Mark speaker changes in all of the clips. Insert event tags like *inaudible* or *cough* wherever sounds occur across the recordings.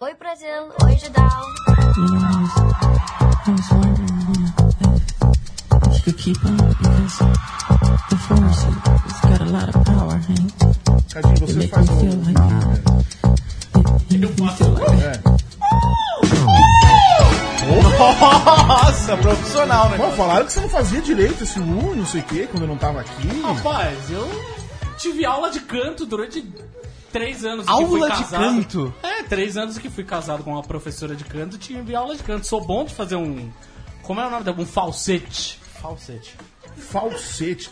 Speaker 1: Oi, Brasil. Oi, Judal.
Speaker 2: You know, I was, I was wondering, you know, if, if you could keep on because the force has got a lot of power, and
Speaker 3: Cadinho,
Speaker 2: it
Speaker 4: é
Speaker 3: você
Speaker 2: make
Speaker 3: faz um-
Speaker 2: me
Speaker 3: o.
Speaker 2: feel like it, it make me feel like
Speaker 5: Nossa, profissional, né?
Speaker 3: Bom, falaram que você não fazia direito esse U, não sei o quê, quando eu não tava aqui.
Speaker 6: Rapaz, eu tive aula de canto durante três anos. que
Speaker 5: Aula
Speaker 6: fui
Speaker 5: de
Speaker 6: casado.
Speaker 5: canto?
Speaker 6: É, três anos que fui casado com uma professora de canto, tive aula de canto. Sou bom de fazer um. Como é o nome da? Um falsete.
Speaker 5: Falsete.
Speaker 3: Falsete.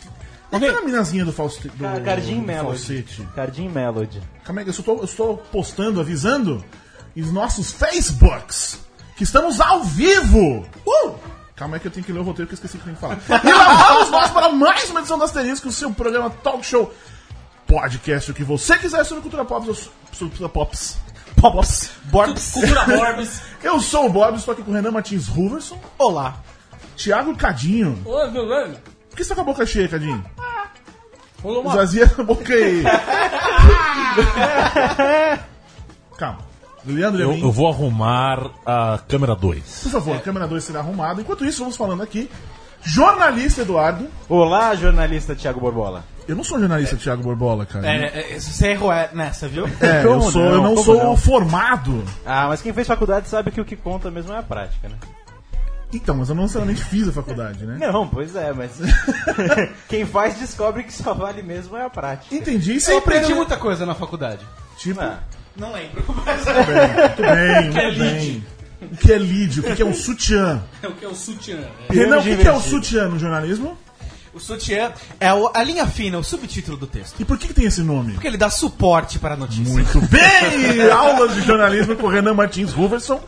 Speaker 3: Onde é a minazinha do falsete? Do,
Speaker 7: Cardin
Speaker 3: do
Speaker 7: Melody.
Speaker 3: falsete?
Speaker 7: Cardin Melody.
Speaker 3: Calma aí, eu estou, eu estou postando, avisando os nossos Facebooks que estamos ao vivo! Uh! Calma aí que eu tenho que ler o roteiro que eu esqueci que tem que falar. e lá vamos nós para mais uma edição do Asterisco, o seu programa Talk Show Podcast, o que você quiser sobre cultura pop, eu sou- sobre cultura pops. Pops.
Speaker 5: Borps.
Speaker 6: Cultura
Speaker 5: *laughs*
Speaker 6: Borbes.
Speaker 3: Eu sou o Bob, estou aqui com o Renan Martins Ruverson,
Speaker 5: Olá.
Speaker 3: Thiago Cadinho.
Speaker 6: Ô, meu mano.
Speaker 3: Por que você tá com a boca cheia, Cadinho?
Speaker 6: Rolou uma
Speaker 3: Esvazia a
Speaker 7: *laughs*
Speaker 3: boca aí. Calma. Leandro
Speaker 8: Eu,
Speaker 3: Leonin.
Speaker 8: eu vou arrumar a câmera 2.
Speaker 3: Por favor, a câmera 2 será arrumada. Enquanto isso, vamos falando aqui. Jornalista Eduardo.
Speaker 7: Olá, jornalista Thiago Borbola.
Speaker 3: Eu não sou jornalista Thiago Borbola, cara.
Speaker 5: É, é, você errou nessa, viu?
Speaker 3: É, eu,
Speaker 7: como
Speaker 3: sou,
Speaker 7: não?
Speaker 3: eu não
Speaker 7: Como
Speaker 3: sou
Speaker 7: não?
Speaker 3: formado.
Speaker 7: Ah, mas quem fez faculdade sabe que o que conta mesmo é a prática, né?
Speaker 3: Então, mas eu não necessariamente fiz a faculdade, né?
Speaker 7: Não, pois é, mas. *laughs* quem faz descobre que só vale mesmo é a prática.
Speaker 3: Entendi. Isso
Speaker 5: Eu
Speaker 3: aí
Speaker 5: aprendi
Speaker 3: aprendeu.
Speaker 5: muita coisa na faculdade.
Speaker 3: Tipo,
Speaker 7: Ah,
Speaker 5: Não lembro.
Speaker 3: muito bem,
Speaker 6: que é
Speaker 3: muito bem. O que é lead? O que é um sutiã?
Speaker 6: é o que é o sutiã. É.
Speaker 3: Renan, o que que é o
Speaker 7: divertido.
Speaker 3: sutiã no jornalismo?
Speaker 5: O sutiã é o- a linha fina, o subtítulo do texto.
Speaker 3: E por que, que tem esse nome?
Speaker 5: Porque ele dá suporte para a notícia.
Speaker 3: Muito bem! Aulas de jornalismo com Renan Martins Ruverson.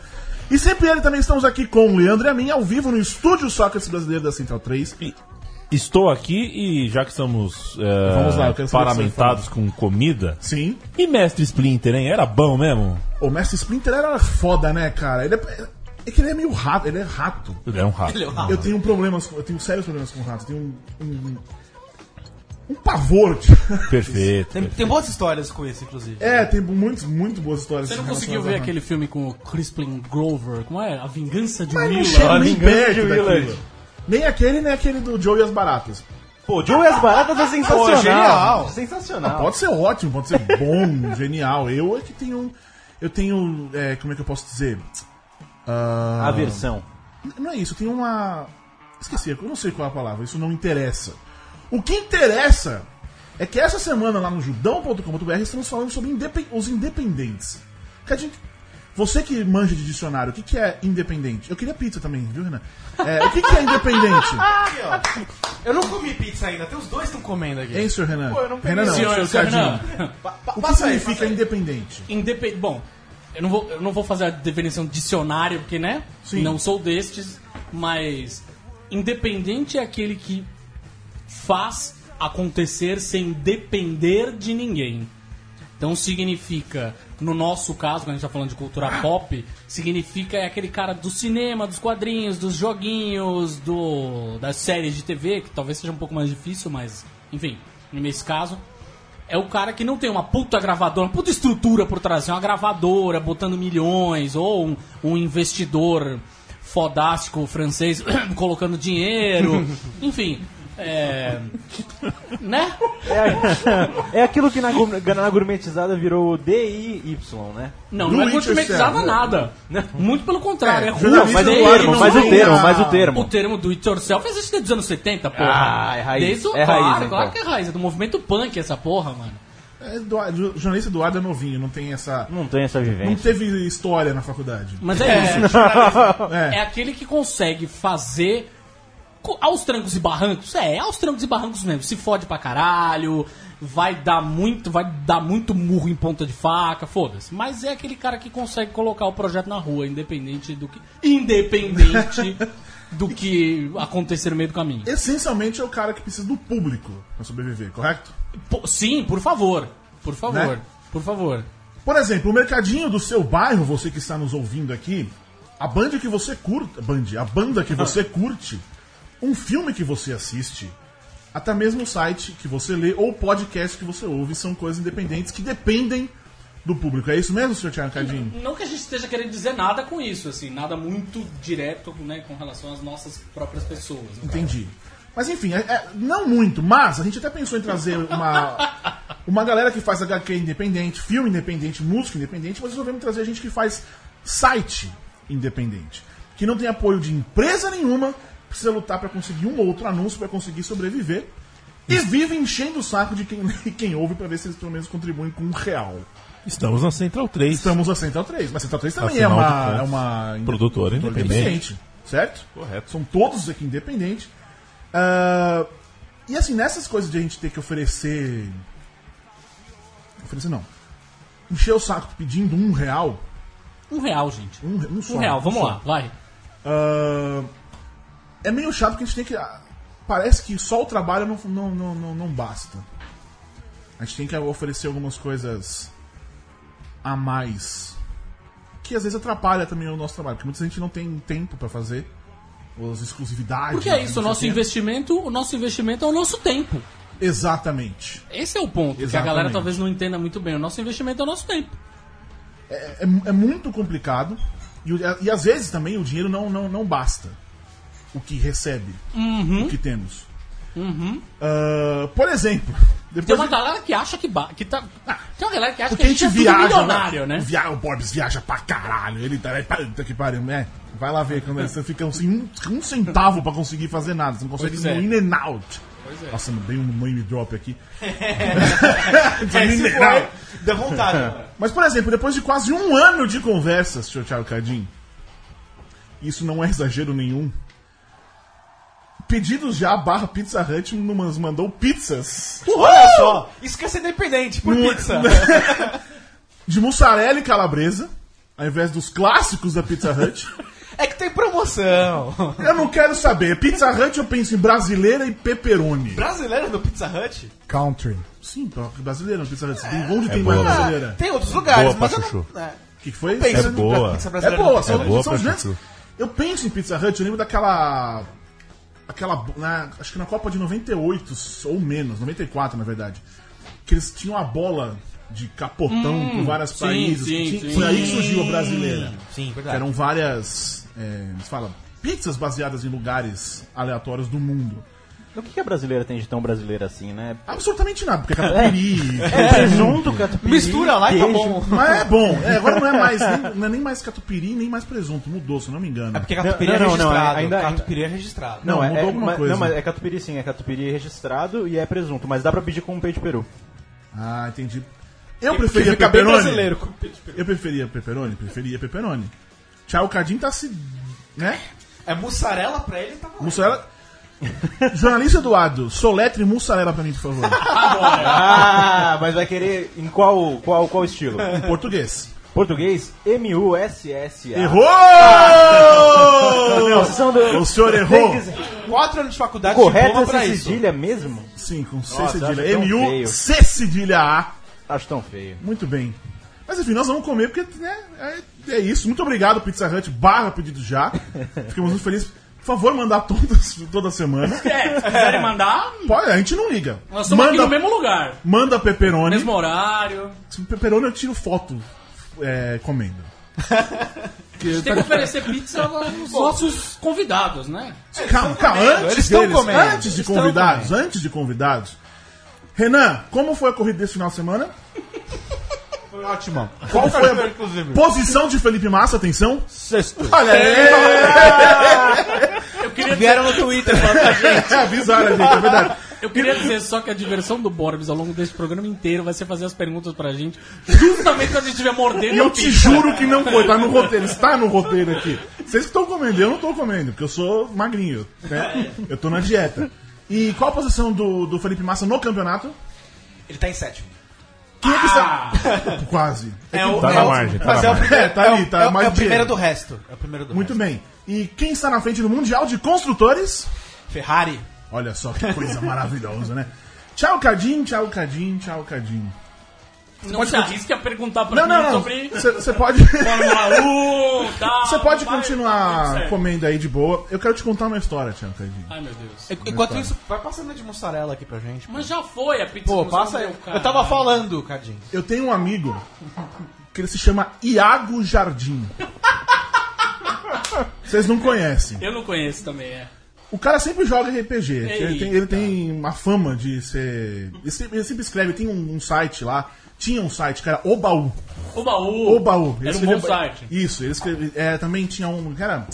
Speaker 3: E sempre ele também estamos aqui com o Leandro e a mim, ao vivo no Estúdio Sócrates Brasileiro da Central 3.
Speaker 8: Estou aqui e já que estamos é,
Speaker 3: Vamos lá, eu quero saber
Speaker 8: paramentados com comida.
Speaker 3: Sim.
Speaker 8: E mestre Splinter, hein? Era bom mesmo?
Speaker 3: O Mestre Splinter era foda, né, cara? Ele é, é que ele é meio rato, ele é rato.
Speaker 8: Ele é um rato.
Speaker 5: Ele é um rato.
Speaker 3: Eu tenho problemas, com- eu tenho sérios problemas com rato. Eu tenho um, um, um pavor. de- *laughs*
Speaker 8: Perfeito.
Speaker 5: Tem, tem boas histórias com esse, inclusive.
Speaker 3: É, tem muitos, muito boas histórias.
Speaker 6: Você não
Speaker 3: relacionadas
Speaker 6: conseguiu
Speaker 3: a
Speaker 6: ver
Speaker 3: rato.
Speaker 6: aquele filme com o Crispin Grover? Como é? A Vingança de
Speaker 3: Mas não
Speaker 6: Willa.
Speaker 3: chega nem
Speaker 7: Vingança de
Speaker 3: perto
Speaker 7: Willard.
Speaker 3: daquilo. Nem aquele, nem aquele do Joe e as Baratas.
Speaker 7: Pô, Joe e as Baratas é sensacional.
Speaker 5: genial.
Speaker 9: Ah.
Speaker 7: Sensacional.
Speaker 3: Pode ser ótimo, pode ser bom, *laughs* genial. Eu é que tenho. Eu tenho. é, como é que eu posso dizer? Ah,
Speaker 7: A versão.
Speaker 3: Não é isso, tem uma. Esqueci, eu não sei qual é a palavra, isso não interessa. O que interessa é que essa semana lá no judão.com.br estamos falando sobre indepen- os independentes. Que a gente- Você que manja de dicionário, o que, que é independente? Eu queria pizza também, viu, Renan? É, o que, que
Speaker 5: *laughs*
Speaker 3: é independente?
Speaker 5: Eu não comi pizza ainda, até os dois estão comendo aqui.
Speaker 3: Hein, senhor Renan?
Speaker 7: Pô, eu não peguei.
Speaker 3: Renan, não,
Speaker 6: Senhor,
Speaker 3: senhor
Speaker 6: senhor
Speaker 3: Sardinha.
Speaker 6: Renan.
Speaker 3: O que
Speaker 5: Passa aí,
Speaker 3: significa independente?
Speaker 6: Independ... Bom, eu não, vou, eu não vou fazer a definição de dicionário, porque, né?
Speaker 3: Sim.
Speaker 6: Não sou destes, mas independente é aquele que faz acontecer sem depender de ninguém. Então significa, no nosso caso, quando a gente tá falando de cultura pop, significa é aquele cara do cinema, dos quadrinhos, dos joguinhos, do das séries de TV, que talvez seja um pouco mais difícil, mas enfim, nesse caso, é o cara que não tem uma puta gravadora, uma puta estrutura por trás, assim, uma gravadora botando milhões, ou um, um investidor fodástico francês *coughs*
Speaker 7: *laughs*
Speaker 6: colocando dinheiro, enfim. É. né?
Speaker 7: *laughs* É, é aquilo que na, gour- na gourmetizada virou o DIY, né?
Speaker 6: Não,
Speaker 3: Do
Speaker 6: não é
Speaker 3: it
Speaker 6: gourmetizada
Speaker 3: yourself.
Speaker 6: nada. né? Muito pelo contrário,
Speaker 3: É,
Speaker 6: é,
Speaker 3: Não, mas
Speaker 6: ruim.
Speaker 7: mas
Speaker 3: o
Speaker 7: o
Speaker 3: Ele
Speaker 7: termo,
Speaker 3: não
Speaker 7: mas o
Speaker 3: tem
Speaker 7: termo,
Speaker 3: a-
Speaker 7: mas o
Speaker 6: O
Speaker 7: termo.
Speaker 6: termo do it yourself existe desde os anos 70, porra.
Speaker 7: Ah, é raiz,
Speaker 6: Desde o
Speaker 7: é
Speaker 6: claro,
Speaker 7: raiz,
Speaker 6: claro
Speaker 7: então.
Speaker 6: que é raiz, é do movimento punk essa porra, mano.
Speaker 3: É, Eduardo, o jornalista Eduardo é novinho, não tem essa.
Speaker 7: Não tem essa
Speaker 3: Não
Speaker 7: vivência.
Speaker 3: teve história na faculdade.
Speaker 6: Mas é,
Speaker 7: *laughs*
Speaker 6: isso.
Speaker 3: É.
Speaker 6: É aquele que consegue fazer co- aos trancos e barrancos. É, aos trancos e barrancos mesmo. Se fode pra caralho, vai dar muito, vai dar muito murro em ponta de faca, foda-se. Mas é aquele cara que consegue colocar o projeto na rua, independente do que independente do que acontecer no meio do caminho.
Speaker 3: Essencialmente é o cara que precisa do público pra sobreviver, correto?
Speaker 6: Po- sim, por favor. Por favor.
Speaker 3: Né?
Speaker 6: Por favor.
Speaker 3: Por exemplo, o mercadinho do seu bairro, você que está nos ouvindo aqui, a banda que você curte, band, a banda que você curte, um filme que você assiste, até mesmo o site que você lê ou o podcast que você ouve são coisas independentes que dependem do público. É isso mesmo, senhor Thiago Cadinho?
Speaker 6: Não que a gente esteja querendo dizer nada com isso, assim, nada muito direto, né, com relação às nossas próprias pessoas. né?
Speaker 3: Entendi. Mas enfim, é- é- não muito, mas a gente até pensou em trazer uma, uma galera que faz HQ independente, filme independente, música independente, mas resolvemos trazer gente que faz site independente. Que não tem apoio de empresa nenhuma, precisa lutar pra conseguir um ou outro anúncio pra conseguir sobreviver. E vive enchendo o saco de quem, *laughs* quem ouve pra ver se eles pelo menos contribuem com um real.
Speaker 8: Estamos na Central 3.
Speaker 3: Estamos na Central 3, mas Central 3 também
Speaker 8: Afinal
Speaker 3: é
Speaker 8: de
Speaker 3: uma,
Speaker 8: contas,
Speaker 3: é uma
Speaker 8: produtora independente.
Speaker 3: certo?
Speaker 8: Correto.
Speaker 3: São todos aqui independentes. Ah, e assim, nessas coisas de a gente ter que oferecer. Oferecer não. Encher o saco pedindo um real.
Speaker 6: Um real, gente.
Speaker 3: Um, re- um só,
Speaker 6: Um real, vamos
Speaker 3: só.
Speaker 6: lá, vai.
Speaker 3: Ah, é meio chato porque a gente tem que. ah, Parece que só o trabalho não, não, não, não, não basta. A gente tem que oferecer algumas coisas a mais. Que às vezes atrapalha também o nosso trabalho, porque muita gente não tem tempo pra fazer as exclusividades.
Speaker 6: Porque é
Speaker 3: né,
Speaker 6: isso,
Speaker 3: não sei
Speaker 6: o nosso
Speaker 3: quê.
Speaker 6: investimento, o nosso investimento é o nosso tempo.
Speaker 3: Exatamente.
Speaker 6: Esse é o ponto que a
Speaker 3: Exatamente.
Speaker 6: galera talvez não entenda muito bem. O nosso investimento é o nosso tempo.
Speaker 3: É, é muito complicado. E, o- e às vezes também o dinheiro não, não, não basta. O que recebe,
Speaker 6: Uhum.
Speaker 3: o que temos. Ah, por exemplo, depois
Speaker 6: Tem uma
Speaker 3: de-
Speaker 6: galera que acha que, ba- que tá. Tem uma galera que acha
Speaker 3: Porque
Speaker 6: que a gente, é tudo milionário, né?
Speaker 3: Via, o Borbs viaja pra caralho. Ele tá. Puta que pariu. É, vai lá ver quando você fica sem um, um centavo pra conseguir fazer nada. Você não consegue
Speaker 6: Pois
Speaker 3: no
Speaker 6: é.
Speaker 3: in and out. Nossa, dei um name drop
Speaker 6: *laughs*
Speaker 3: aqui.
Speaker 5: É,
Speaker 3: In
Speaker 5: se
Speaker 3: and out.
Speaker 5: for, dá vontade, cara.
Speaker 3: Mas, por exemplo, depois de quase um ano de conversas, senhor Thiago Cardim, isso não é exagero nenhum. Pedidos já, barra Pizza Hut nos mandou pizzas
Speaker 5: Olha só, isso quer ser independente, por pizza.
Speaker 3: *laughs* de mussarela e calabresa, ao invés dos clássicos da Pizza Hut.
Speaker 5: É que tem promoção.
Speaker 3: Eu não quero saber. Pizza Hut eu penso em brasileira e pepperoni.
Speaker 5: Brasileiro do Pizza Hut? Ah,
Speaker 10: Country.
Speaker 3: Sim, pra- brasileira, Pizza Hut. Tem onde tem
Speaker 8: boa.
Speaker 3: mais brasileira?
Speaker 5: Tem outros lugares,
Speaker 8: Boa,
Speaker 5: mas eu
Speaker 8: Pachuchu.
Speaker 5: não... É,
Speaker 3: O que que foi?
Speaker 5: penso
Speaker 8: É
Speaker 5: no-
Speaker 8: boa.
Speaker 5: pizza
Speaker 3: É
Speaker 5: brasileira
Speaker 3: boa,
Speaker 5: não.
Speaker 3: são,
Speaker 8: É boa
Speaker 3: são
Speaker 8: pra
Speaker 3: os grandes.
Speaker 8: chuchu.
Speaker 3: Eu penso em Pizza Hut, eu lembro daquela. Aquela. bo- na- acho que na Copa de 98 ou menos, 94 na verdade. Que eles tinham a bola de capotão
Speaker 5: Hum,
Speaker 3: com vários
Speaker 6: sim,
Speaker 3: países.
Speaker 6: sim,
Speaker 3: que tinha-
Speaker 6: sim.
Speaker 3: Foi aí que surgiu a brasileira.
Speaker 5: Sim,
Speaker 3: Que
Speaker 5: verdade.
Speaker 3: eram várias. É, eles falam, pizzas baseadas em lugares aleatórios do mundo.
Speaker 7: O que, que a brasileira tem de tão brasileira assim, né?
Speaker 3: Absolutamente nada, porque é
Speaker 5: *laughs*
Speaker 3: catupiry.
Speaker 7: É, presunto, catupiry,
Speaker 5: Mistura lá e tá
Speaker 7: queijo.
Speaker 5: bom.
Speaker 3: Mas é bom. É, agora não é mais nem, não é nem mais catupiry, nem mais presunto. Mudou, se eu não me engano.
Speaker 5: É porque catupiry
Speaker 7: Não,
Speaker 5: é
Speaker 7: não, não,
Speaker 5: registrado.
Speaker 7: ainda-
Speaker 5: catupiry é registrado.
Speaker 3: Não,
Speaker 7: Não,
Speaker 3: mudou
Speaker 7: é, é,
Speaker 3: alguma
Speaker 7: mas,
Speaker 3: coisa.
Speaker 7: não, mas é catupiry sim, é catupiry registrado e é presunto, mas dá pra pedir com um peito peru.
Speaker 3: Ah, entendi. Eu
Speaker 5: Porque
Speaker 3: preferia
Speaker 5: fica bem
Speaker 3: pepperoni.
Speaker 5: brasileiro. com pizza.
Speaker 3: Eu preferia pepperoni, preferia pepperoni. Tchau, Cardim tá se. né?
Speaker 5: É mussarela pra ele, tá bom.
Speaker 7: *laughs*
Speaker 3: Mussarela. Jornalista Eduardo, soletre mussarela pra mim,
Speaker 7: *laughs*
Speaker 3: por favor.
Speaker 7: Ah, *laughs* mas vai querer em qual qual qual estilo?
Speaker 3: Em português.
Speaker 7: Português, M U S S A.
Speaker 3: Errou!
Speaker 7: Noção do-
Speaker 3: O senhor
Speaker 7: Tem
Speaker 3: errou?
Speaker 7: que ser-
Speaker 5: Quatro anos de faculdade
Speaker 7: Correto
Speaker 5: diploma pra
Speaker 7: essa
Speaker 5: isso.
Speaker 7: cedilha mesmo?
Speaker 3: Sim, com C
Speaker 7: Nossa,
Speaker 3: cedilha.
Speaker 7: acho tão
Speaker 3: M-U,
Speaker 7: feio.
Speaker 3: C cedilha A.
Speaker 7: Acho tão feio.
Speaker 3: Muito bem. Mas enfim, nós vamos comer porque né, é, é isso. Muito obrigado, Pizza Hut, barra pedido
Speaker 7: *laughs*
Speaker 3: já. Ficamos muito felizes. Por favor, mandar todas, toda semana.
Speaker 6: É, se quiserem mandar,
Speaker 3: Pode, a gente não liga.
Speaker 6: nós estamos aqui no
Speaker 3: Manda, Hum?
Speaker 6: mesmo lugar.
Speaker 3: manda peperoni.
Speaker 6: Mesmo horário.
Speaker 3: Se Peperoni eu tiro foto é, comendo.
Speaker 6: A gente tem que oferecer pizza
Speaker 3: *laughs*
Speaker 6: aos nossos convidados, né?
Speaker 3: Calma, calma, antes
Speaker 5: eles tão
Speaker 3: deles,
Speaker 5: comendo,
Speaker 3: antes de
Speaker 5: eles tão
Speaker 3: convidados, antes de convidados. Renan, como foi a corrida desse final de semana?
Speaker 5: Foi ótimo.
Speaker 3: Qual foi a
Speaker 5: inclusive?
Speaker 3: posição de Felipe Massa? Atenção.
Speaker 5: Sexto.
Speaker 3: Olha aí!
Speaker 6: Eu queria
Speaker 5: Vieram no Twitter falando
Speaker 6: É,
Speaker 5: pra gente.
Speaker 3: *laughs* Avisaram a gente, é verdade.
Speaker 6: Eu queria dizer só que a diversão do Borbs ao longo desse programa inteiro vai ser fazer as perguntas pra gente, justamente quando a gente estiver mordendo
Speaker 3: E eu
Speaker 6: a
Speaker 3: te
Speaker 6: pizza.
Speaker 3: juro que não
Speaker 6: *laughs*
Speaker 3: foi, tá no roteiro, está no roteiro aqui. Vocês que estão comendo, eu não tô comendo, porque eu sou magrinho, né?
Speaker 6: É.
Speaker 3: Eu tô na dieta. E qual a posição do, do Felipe Massa no campeonato?
Speaker 5: Ele tá em sétimo.
Speaker 3: Quem é que
Speaker 6: Ah!
Speaker 3: está. *laughs* Quase.
Speaker 5: É o,
Speaker 8: Tá na
Speaker 5: o-
Speaker 8: margem, tá
Speaker 5: mas é
Speaker 8: na
Speaker 5: o
Speaker 8: margem.
Speaker 5: primeiro.
Speaker 3: É, tá ali,
Speaker 5: é o-
Speaker 3: tá
Speaker 5: é o-
Speaker 3: mais
Speaker 5: é o primeiro
Speaker 3: dinheiro.
Speaker 5: do resto. É o primeiro do
Speaker 3: Muito
Speaker 5: resto.
Speaker 3: bem. E quem está na frente do Mundial de Construtores?
Speaker 5: Ferrari.
Speaker 6: *laughs*
Speaker 3: Olha só que coisa maravilhosa, né? Tchau, Cadim, tchau, Cadim, tchau, Cadim.
Speaker 6: Não
Speaker 3: pode
Speaker 6: se
Speaker 3: continuar.
Speaker 6: arrisque a perguntar pra
Speaker 3: Não,
Speaker 6: mim
Speaker 3: não, não.
Speaker 6: sobre
Speaker 3: Você você
Speaker 6: *laughs*
Speaker 3: pode.
Speaker 6: Fórmula 1, tal.
Speaker 3: Você pode
Speaker 6: uh, tá, vai- tudo
Speaker 3: continuar
Speaker 6: certo.
Speaker 3: comendo aí de boa. Eu quero te contar uma história, Tiago Cadinho.
Speaker 6: Ai, meu Deus.
Speaker 5: Enquanto isso, vai passando de mussarela aqui pra gente.
Speaker 6: Mas já foi a pizza.
Speaker 5: Pô,
Speaker 6: que você
Speaker 5: passa aí.
Speaker 6: comeu, cara.
Speaker 5: Eu tava falando, Cadinho.
Speaker 3: Eu tenho um amigo que ele se chama Iago Jardim. Vocês não conhecem.
Speaker 6: Eu não conheço também, é.
Speaker 3: O cara sempre joga RPG. Ele tem, ele
Speaker 6: Eita.
Speaker 3: tem uma fama de ser. Ele sempre, ele sempre escreve, tem um, um site lá. Tinha um site, cara, O Baú.
Speaker 6: O baú.
Speaker 3: O Baú. Ele
Speaker 6: Era um
Speaker 3: escrevia-
Speaker 6: bom site.
Speaker 3: Isso, ele escreve, é, também tinha um. Cara,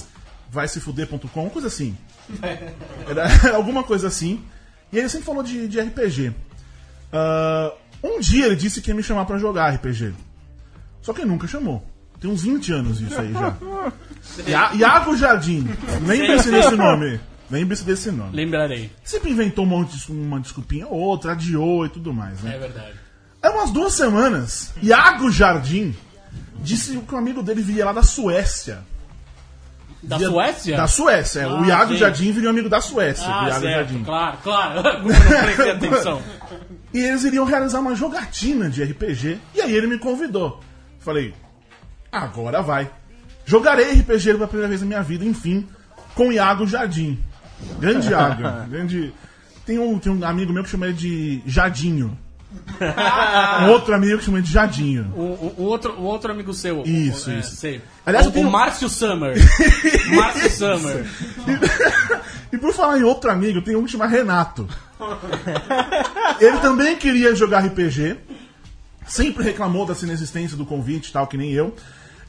Speaker 3: vai se fuder.com, coisa
Speaker 6: *laughs*
Speaker 3: assim. Era *laughs* alguma coisa assim. E ele sempre falou de, de RPG. Ah, um dia ele disse que ia me chamar pra jogar RPG. Só que ele nunca chamou. Tem uns 20 anos isso aí
Speaker 6: *laughs*
Speaker 3: já. Ia- Iago Jardim. Lembre-se desse nome.
Speaker 6: *laughs*
Speaker 3: Lembre-se desse nome.
Speaker 6: Lembrarei.
Speaker 3: Sempre inventou um monte de uma desculpinha ou outra, adiou e tudo mais, né?
Speaker 6: É verdade.
Speaker 3: Há umas duas semanas, Iago Jardim disse que um amigo dele viria lá da Suécia.
Speaker 6: Da
Speaker 3: Via-
Speaker 6: Suécia?
Speaker 3: Da Suécia. é. o
Speaker 6: Ah,
Speaker 3: Iago
Speaker 6: sim.
Speaker 3: Jardim viria um amigo da Suécia. o
Speaker 6: Ah,
Speaker 3: Iago
Speaker 6: certo.
Speaker 3: Jardim.
Speaker 6: Claro, claro. *laughs* Como eu não prestei atenção.
Speaker 3: E eles iriam realizar uma jogatina de RPG. E aí ele me convidou. Falei, agora vai. Jogarei RPG pela primeira vez na minha vida, enfim, com Iago Jardim. Grande
Speaker 6: *laughs*
Speaker 3: Iago. grande... Tem, um, tem um amigo meu que chama ele de
Speaker 6: *laughs*
Speaker 3: Jadinho. um outro amigo que chama ele de Jadinho.
Speaker 6: O, o- o outro, o outro amigo seu.
Speaker 3: Isso,
Speaker 6: o, é,
Speaker 3: isso.
Speaker 6: Sei.
Speaker 3: Aliás,
Speaker 6: o,
Speaker 3: eu tenho-
Speaker 6: o
Speaker 3: *laughs*
Speaker 6: Márcio Summer. Márcio Summer.
Speaker 3: E por falar em outro amigo, tem um que chama Renato. Ele também queria jogar RPG, sempre reclamou dessa inexistência do convite e tal, que nem eu.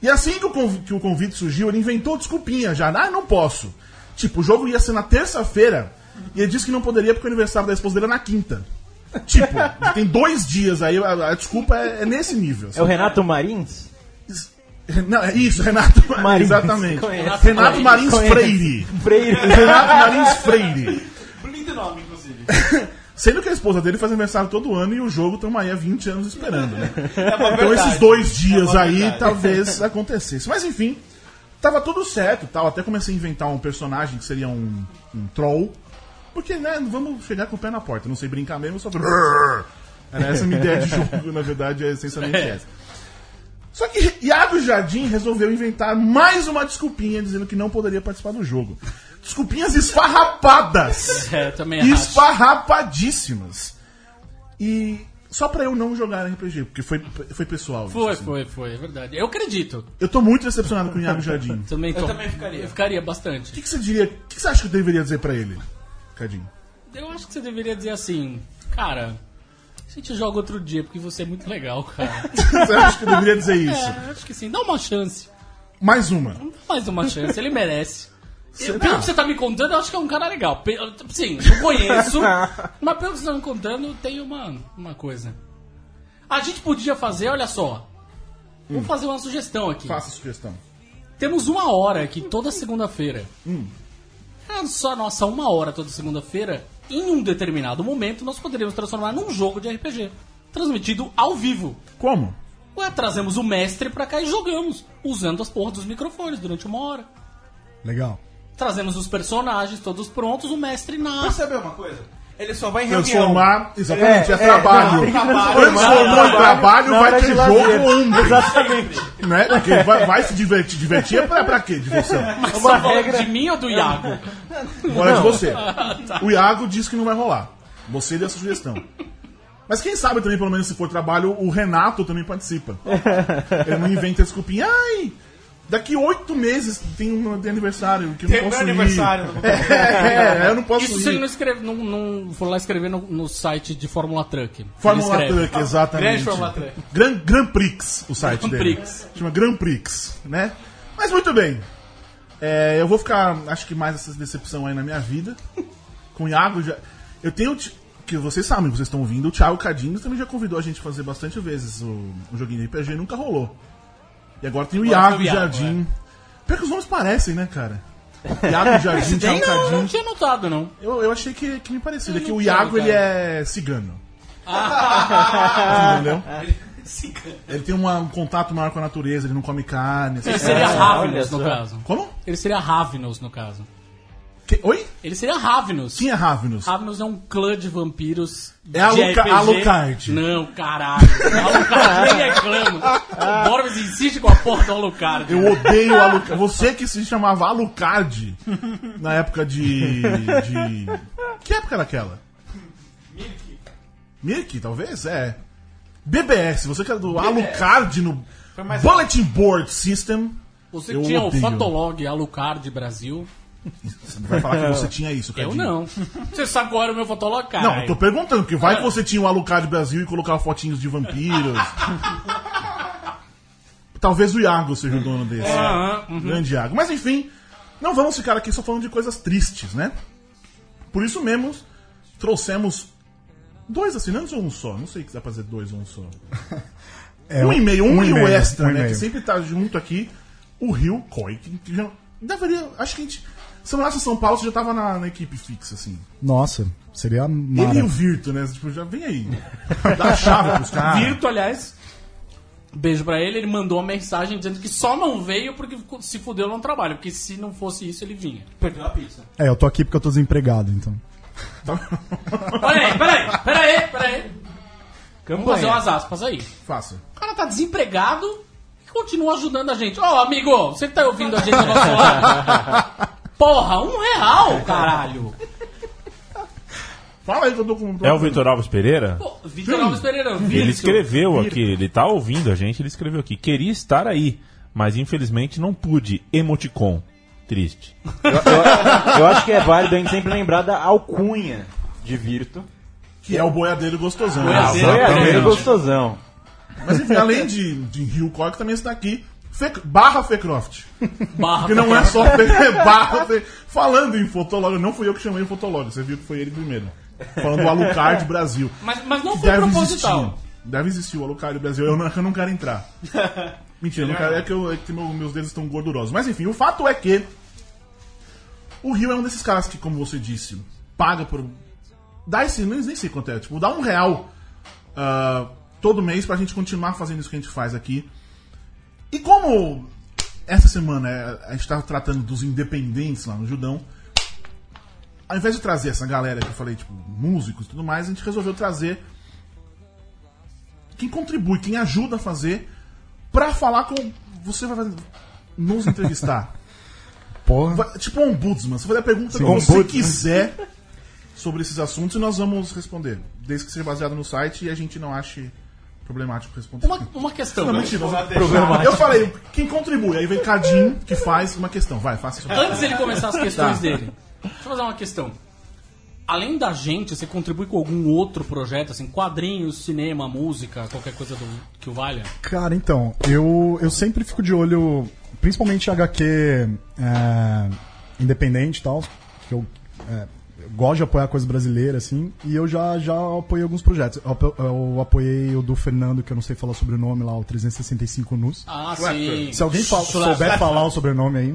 Speaker 3: E assim que o, convi- que o convite surgiu, ele inventou desculpinha já. Ah, não posso. Tipo, o jogo ia ser na terça-feira e ele disse que não poderia porque o aniversário da esposa dele é na quinta. Tipo, tem dois dias aí, a, a desculpa é, é nesse nível.
Speaker 7: É o Renato Marins?
Speaker 3: Não, é isso, Renato Marins.
Speaker 7: Marins.
Speaker 3: Exatamente.
Speaker 7: Conheço.
Speaker 3: Renato Marins
Speaker 7: Conheço.
Speaker 3: Freire.
Speaker 7: *laughs* Freire.
Speaker 3: Renato Marins Freire.
Speaker 5: Lindo nome, inclusive.
Speaker 3: *laughs* Sendo que a esposa dele faz aniversário todo ano e o jogo estamos aí há 20 anos esperando, né?
Speaker 5: É uma
Speaker 3: Então
Speaker 5: verdade.
Speaker 3: esses dois dias
Speaker 5: É uma
Speaker 3: aí
Speaker 5: verdade.
Speaker 3: talvez acontecesse. Mas enfim, tava tudo certo e tal. Até comecei a inventar um personagem que seria um, um troll. Porque, né, vamos chegar com o pé na porta. Não sei brincar mesmo, só. Era essa a minha ideia de jogo, na verdade, é essencialmente essa. Só que Iago Jardim resolveu inventar mais uma desculpinha dizendo que não poderia participar do jogo. Desculpinhas esfarrapadas!
Speaker 6: É, eu também acho.
Speaker 3: esfarrapadíssimas. E só pra eu não jogar RPG, porque foi, foi pessoal. isso,
Speaker 6: Foi,
Speaker 3: assim.
Speaker 6: foi, foi. É verdade. Eu acredito.
Speaker 3: Eu tô muito decepcionado com o Iago Jardim. O
Speaker 6: Também tô-
Speaker 5: também ficaria.
Speaker 6: Eu ficaria bastante.
Speaker 3: que, que você diria? O que, que você acha que eu deveria dizer pra ele, Cadinho?
Speaker 6: Eu acho que você deveria dizer assim, cara, a gente joga outro dia, porque você é muito legal, cara.
Speaker 3: *laughs* Você acha que eu deveria dizer isso?
Speaker 6: É, acho que sim, dá uma chance.
Speaker 3: Mais uma.
Speaker 6: Dá mais uma chance, ele merece.
Speaker 3: *laughs* Você-
Speaker 6: Eu- pelo
Speaker 3: ah.
Speaker 6: que você tá me contando, eu acho que é um cara legal. Pe- Sim,
Speaker 3: *laughs*
Speaker 6: eu conheço, mas pelo que você tá me contando, tem uma, uma coisa. A gente podia fazer, olha só. Vou fazer uma sugestão aqui.
Speaker 3: Hum. Faça a sugestão.
Speaker 6: Temos uma hora aqui toda segunda-feira. É só a nossa uma hora toda segunda-feira. Em um determinado momento, nós poderíamos transformar num jogo de RPG. Transmitido ao vivo.
Speaker 3: Como?
Speaker 6: Ué, trazemos o mestre pra cá e jogamos. Usando as porras dos microfones durante uma hora.
Speaker 10: Legal.
Speaker 6: Trazemos os personagens todos prontos, o mestre nasce.
Speaker 5: Percebeu uma coisa? Ele só vai em reunião.
Speaker 3: Transformar. Exatamente, é,
Speaker 7: É, é,
Speaker 3: trabalho.
Speaker 7: não, tem que transformar.
Speaker 3: Transformou em trabalho,
Speaker 7: Na
Speaker 3: vai
Speaker 7: hora
Speaker 3: ter
Speaker 7: é de
Speaker 3: jogo
Speaker 7: lazer.
Speaker 3: ontem.
Speaker 7: Exatamente.
Speaker 3: Né? Porque vai, vai se divertir. Divertir é pra, pra quê? Diversão.
Speaker 6: Mas
Speaker 7: uma
Speaker 6: você fala
Speaker 7: regra-
Speaker 6: de mim ou do Iago?
Speaker 3: Bora de
Speaker 6: *laughs*
Speaker 3: você.
Speaker 6: Tá.
Speaker 3: O Iago disse que não vai rolar. Você deu a sugestão. Mas quem sabe também, pelo menos se for trabalho, o Renato também
Speaker 6: *laughs*
Speaker 3: participa. Ele não inventa desculpinha. Ai, daqui oito meses tem um tem aniversário que eu não
Speaker 5: Tem meu
Speaker 3: posso ir.
Speaker 5: aniversário.
Speaker 3: *laughs* É, é, eu não posso
Speaker 6: Isso se
Speaker 3: ir.
Speaker 6: ele não escreve, não, não for lá escrever no, no site de Fórmula Truck. Ele
Speaker 3: Fórmula
Speaker 6: escreve.
Speaker 3: Truck, exatamente.
Speaker 5: Grande Fórmula Truck.
Speaker 3: Gran, Grand Prix, o site
Speaker 6: Grand
Speaker 3: dele.
Speaker 6: Prix.
Speaker 3: Chama Grand Prix, né? Mas muito bem. É, eu vou ficar, acho que mais essa decepção aí na minha
Speaker 6: *laughs*
Speaker 3: vida. Com o Iago já... Eu tenho... ti- Que vocês sabem, vocês estão ouvindo. O Thiago Cadinho também já convidou a gente a fazer bastante vezes o, o joguinho de RPG. Nunca rolou. E agora tem o
Speaker 6: Agora
Speaker 3: Iago,
Speaker 6: tem o Iago, é.
Speaker 3: Jardim. Pior que os nomes parecem, né, cara? Iago Jardim, Thiago
Speaker 6: Não, eu não
Speaker 3: Cadinho.
Speaker 6: tinha notado, não.
Speaker 3: Eu, eu achei que, que me parecia. É que
Speaker 6: não
Speaker 3: o
Speaker 6: tinha,
Speaker 3: Iago, ele
Speaker 6: cara.
Speaker 3: é cigano.
Speaker 6: Ah.
Speaker 3: *laughs* Entendeu?
Speaker 6: é
Speaker 3: Ele tem uma- um contato maior com a natureza, ele não come carne.
Speaker 6: Ele
Speaker 3: essas
Speaker 6: seria
Speaker 3: coisas.
Speaker 6: Ravenos,
Speaker 7: olha
Speaker 6: no
Speaker 7: só.
Speaker 6: caso.
Speaker 3: Como?
Speaker 6: Ele seria Ravenos, no caso.
Speaker 3: Que- Oi?
Speaker 6: Ele seria Ravenous.
Speaker 3: Quem é Ravenous?
Speaker 6: Ravenous é um clã de vampiros.
Speaker 3: É a
Speaker 6: de
Speaker 3: Luca-
Speaker 6: RPG.
Speaker 3: a Alucard.
Speaker 6: Não,
Speaker 3: *laughs*
Speaker 6: caralho. Alucard nem reclama. O Borbs insiste com a porra do Alucard.
Speaker 3: Eu odeio Alucard. Você que se chamava Alucard na época de. de... Que época era aquela? Mirk, talvez? É. BBS, você que era do Alucard no
Speaker 5: mais-
Speaker 3: Bulletin Board System.
Speaker 6: Você
Speaker 3: Eu
Speaker 6: tinha
Speaker 3: odeio.
Speaker 6: o Fotolog Alucard Brasil.
Speaker 3: Você não vai falar que
Speaker 6: *laughs*
Speaker 3: você tinha isso, cara.
Speaker 6: Eu não. Você sabe qual era o meu Fotolog, cara?
Speaker 3: Não, eu tô perguntando, que vai que você tinha o Alucard Brasil e colocava fotinhos de vampiros. Talvez o Iago seja o dono desse.
Speaker 6: Aham, uhum.
Speaker 3: Grande Iago. Mas enfim, não vamos ficar aqui só falando de coisas tristes, né? Por isso mesmo, trouxemos dois assinantes ou um só? Não sei se dá pra fazer dois ou um só.
Speaker 10: *laughs* É,
Speaker 3: um e-mail, um, e o
Speaker 10: e-mail,
Speaker 3: extra,
Speaker 10: um
Speaker 3: né? Que
Speaker 10: e-mail.
Speaker 3: sempre tá junto aqui. O Rio Koi. Que, que já, deveria, acho que a gente. Se eu morasse em São Paulo, você já tava na, na equipe fixa, assim.
Speaker 10: Nossa, seria
Speaker 3: Ele e o
Speaker 10: maravilhoso.
Speaker 3: Virto, né? Tipo, já vem aí. Dá a chave pros caras.
Speaker 6: Virto, aliás. Beijo pra ele, ele mandou uma mensagem dizendo que só não veio porque ficou- se fudeu no trabalho, porque se não fosse isso ele vinha.
Speaker 5: Perdeu a pizza.
Speaker 10: É, eu tô aqui porque eu tô desempregado, então.
Speaker 6: Peraí, peraí, peraí, peraí. Vamos fazer umas aspas aí.
Speaker 3: Faça.
Speaker 6: O cara tá desempregado e continua ajudando a gente. Ô, amigo, você que tá ouvindo a gente do nosso
Speaker 3: *laughs*
Speaker 6: lado. Porra, um
Speaker 3: É.
Speaker 6: real, caralho.
Speaker 11: Tá
Speaker 3: Fala aí que eu tô com.
Speaker 8: *laughs*
Speaker 3: um
Speaker 8: É o Vitor Alves Pereira?
Speaker 6: Pô, Vitor Alves Pereira,
Speaker 8: Ele
Speaker 6: Vitor.
Speaker 8: escreveu aqui, ele tá ouvindo a gente, ele escreveu aqui. Queria estar aí, mas infelizmente não pude. Emoticon. Triste.
Speaker 7: Eu acho que é válido a gente sempre lembrar da alcunha de Virto.
Speaker 3: Que é o boiadeiro gostosão.
Speaker 6: Boiadeiro.
Speaker 7: Foi
Speaker 6: Exatamente.
Speaker 7: a gostosão.
Speaker 3: Mas enfim, além de, de Rio Koi, que também está aqui. Fe- barra Fecroft.
Speaker 6: Barra.
Speaker 3: Que não é só Fe, é barra Fe, Falando em Fotolog, não fui eu que chamei o Fotolog, você viu que foi ele primeiro. Falando do Alucard Brasil.
Speaker 6: Mas, mas não
Speaker 3: Que
Speaker 6: foi proposital.
Speaker 3: existir. Deve existir o Alucard Brasil. Eu não, eu não quero entrar. Mentira, eu não quero, é que, eu- é que meu- meus dedos estão gordurosos. Mas enfim, o fato é que o Rio é um desses caras que, como você disse, paga por. Dá esse. Nem, nem sei quanto é. Tipo, dá um real ah, todo mês pra gente continuar fazendo isso que a gente faz aqui. E como essa semana é, a gente tá tratando dos independentes lá no Judão, ao invés de trazer essa galera que eu falei, tipo, músicos e tudo mais, a gente resolveu trazer quem contribui, quem ajuda a fazer, pra falar com. Você vai fazer- nos
Speaker 10: *laughs*
Speaker 3: entrevistar.
Speaker 10: Porra.
Speaker 3: Vai- tipo um ombudsman, você fazer a pergunta que
Speaker 10: Sim,
Speaker 3: você
Speaker 10: ombudsman.
Speaker 3: quiser sobre esses assuntos e nós vamos responder. Desde que seja baseado no site e a gente não ache problemático responder.
Speaker 6: Uma, uma questão.
Speaker 3: Não,
Speaker 6: né?
Speaker 3: mentira. Eu falei, quem contribui? Aí vem Cadinho que faz uma questão. Vai, faça isso.
Speaker 6: Antes dele começar
Speaker 3: Tá.
Speaker 6: as questões dele, deixa eu fazer uma questão. Além da gente, você contribui com algum outro projeto, assim, quadrinhos, cinema, música, qualquer coisa do, que o valha?
Speaker 10: Cara, então, eu, eu sempre fico de olho, principalmente HQ é, independente e tal, que eu, é, eu gosto de apoiar coisa brasileira, assim, e eu já, já apoiei alguns projetos. Eu, apo- eu apoiei o do Fernando, que eu não sei falar sobre o nome lá, o 365 Nus.
Speaker 6: Ah, sim.
Speaker 10: Se alguém fala- souber falar o sobrenome aí.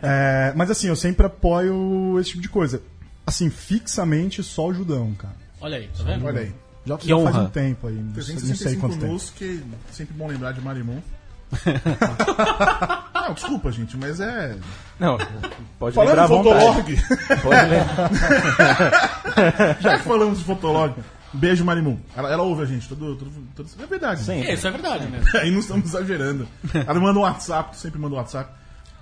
Speaker 10: É, mas assim, eu sempre apoio esse tipo de coisa. Assim, fixamente só o Judão, cara.
Speaker 6: Olha aí, tá vendo?
Speaker 3: Olha aí.
Speaker 10: Já,
Speaker 7: Que
Speaker 10: já faz
Speaker 7: honra.
Speaker 10: um tempo aí, não sei, não sei
Speaker 3: 365
Speaker 10: quanto tempo.
Speaker 3: nus, que é sempre bom lembrar de
Speaker 10: *laughs*
Speaker 3: Marimon. Não, desculpa, gente, mas é.
Speaker 7: Não, pode lembrar
Speaker 3: Falando
Speaker 7: à
Speaker 3: em
Speaker 7: vontade.
Speaker 3: Fotolog,
Speaker 7: Pode lembrar.
Speaker 3: *laughs* já que falamos de Fotolog, beijo, Marimon. Ela, ela ouve a gente, todo, todo, todo- É verdade.
Speaker 7: Sim.
Speaker 6: É, isso é verdade mesmo.
Speaker 3: *laughs* Aí não estamos exagerando. Ela manda um WhatsApp, tu sempre manda um WhatsApp.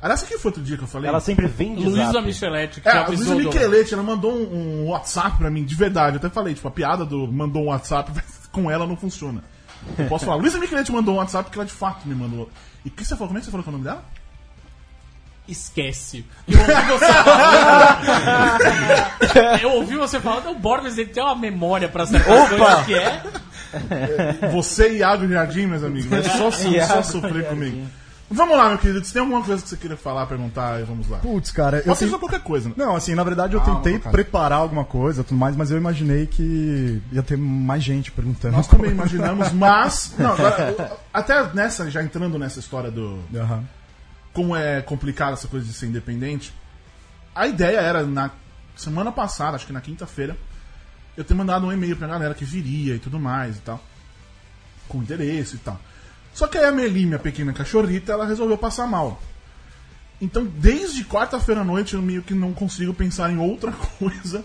Speaker 3: Aliás, quem foi outro dia que eu falei?
Speaker 7: Ela sempre vem de
Speaker 6: Luísa
Speaker 7: zap.
Speaker 6: Micheletti, que
Speaker 3: É,
Speaker 6: é, a
Speaker 3: a Luísa
Speaker 6: pessoa do...
Speaker 3: Micheletti, ela mandou um, um WhatsApp pra mim, de verdade. Eu até falei, tipo, a piada do mandou um WhatsApp *laughs* com ela não funciona. Eu posso falar, Luísa Micheletti mandou um WhatsApp porque ela de fato me mandou. E o que você falou? Como é que você falou que é o nome dela?
Speaker 6: Esquece. Eu ouvi você falando. eu ouvi você falando, o Borbes ele tem uma memória pra certas coisas que é.
Speaker 3: Você e Iago Jardim, meus amigos. Vai só, só, só
Speaker 7: Iago
Speaker 3: sofrer comigo. Vamos lá, meu querido. Se tem alguma coisa que você queira falar, perguntar, vamos lá.
Speaker 10: Putz, cara, eu
Speaker 3: Pode ser
Speaker 10: tenho...
Speaker 3: só qualquer coisa. né?
Speaker 10: Não, assim, na verdade eu tentei preparar alguma coisa, tudo mais, mas eu imaginei que ia ter mais gente perguntando.
Speaker 3: Nós também
Speaker 10: *laughs*
Speaker 3: imaginamos, mas... Não, agora, até nessa, já entrando nessa história do,
Speaker 10: Aham.
Speaker 3: como é complicada essa coisa de ser independente, a ideia era, na semana passada, acho que na quinta-feira, eu ter mandado um e-mail pra galera que viria e tudo mais e tal. Com endereço e tal. Só que aí a Meli, minha pequena cachorrita, ela resolveu passar mal. Então, desde quarta-feira à noite, eu meio que não consigo pensar em outra *laughs* coisa.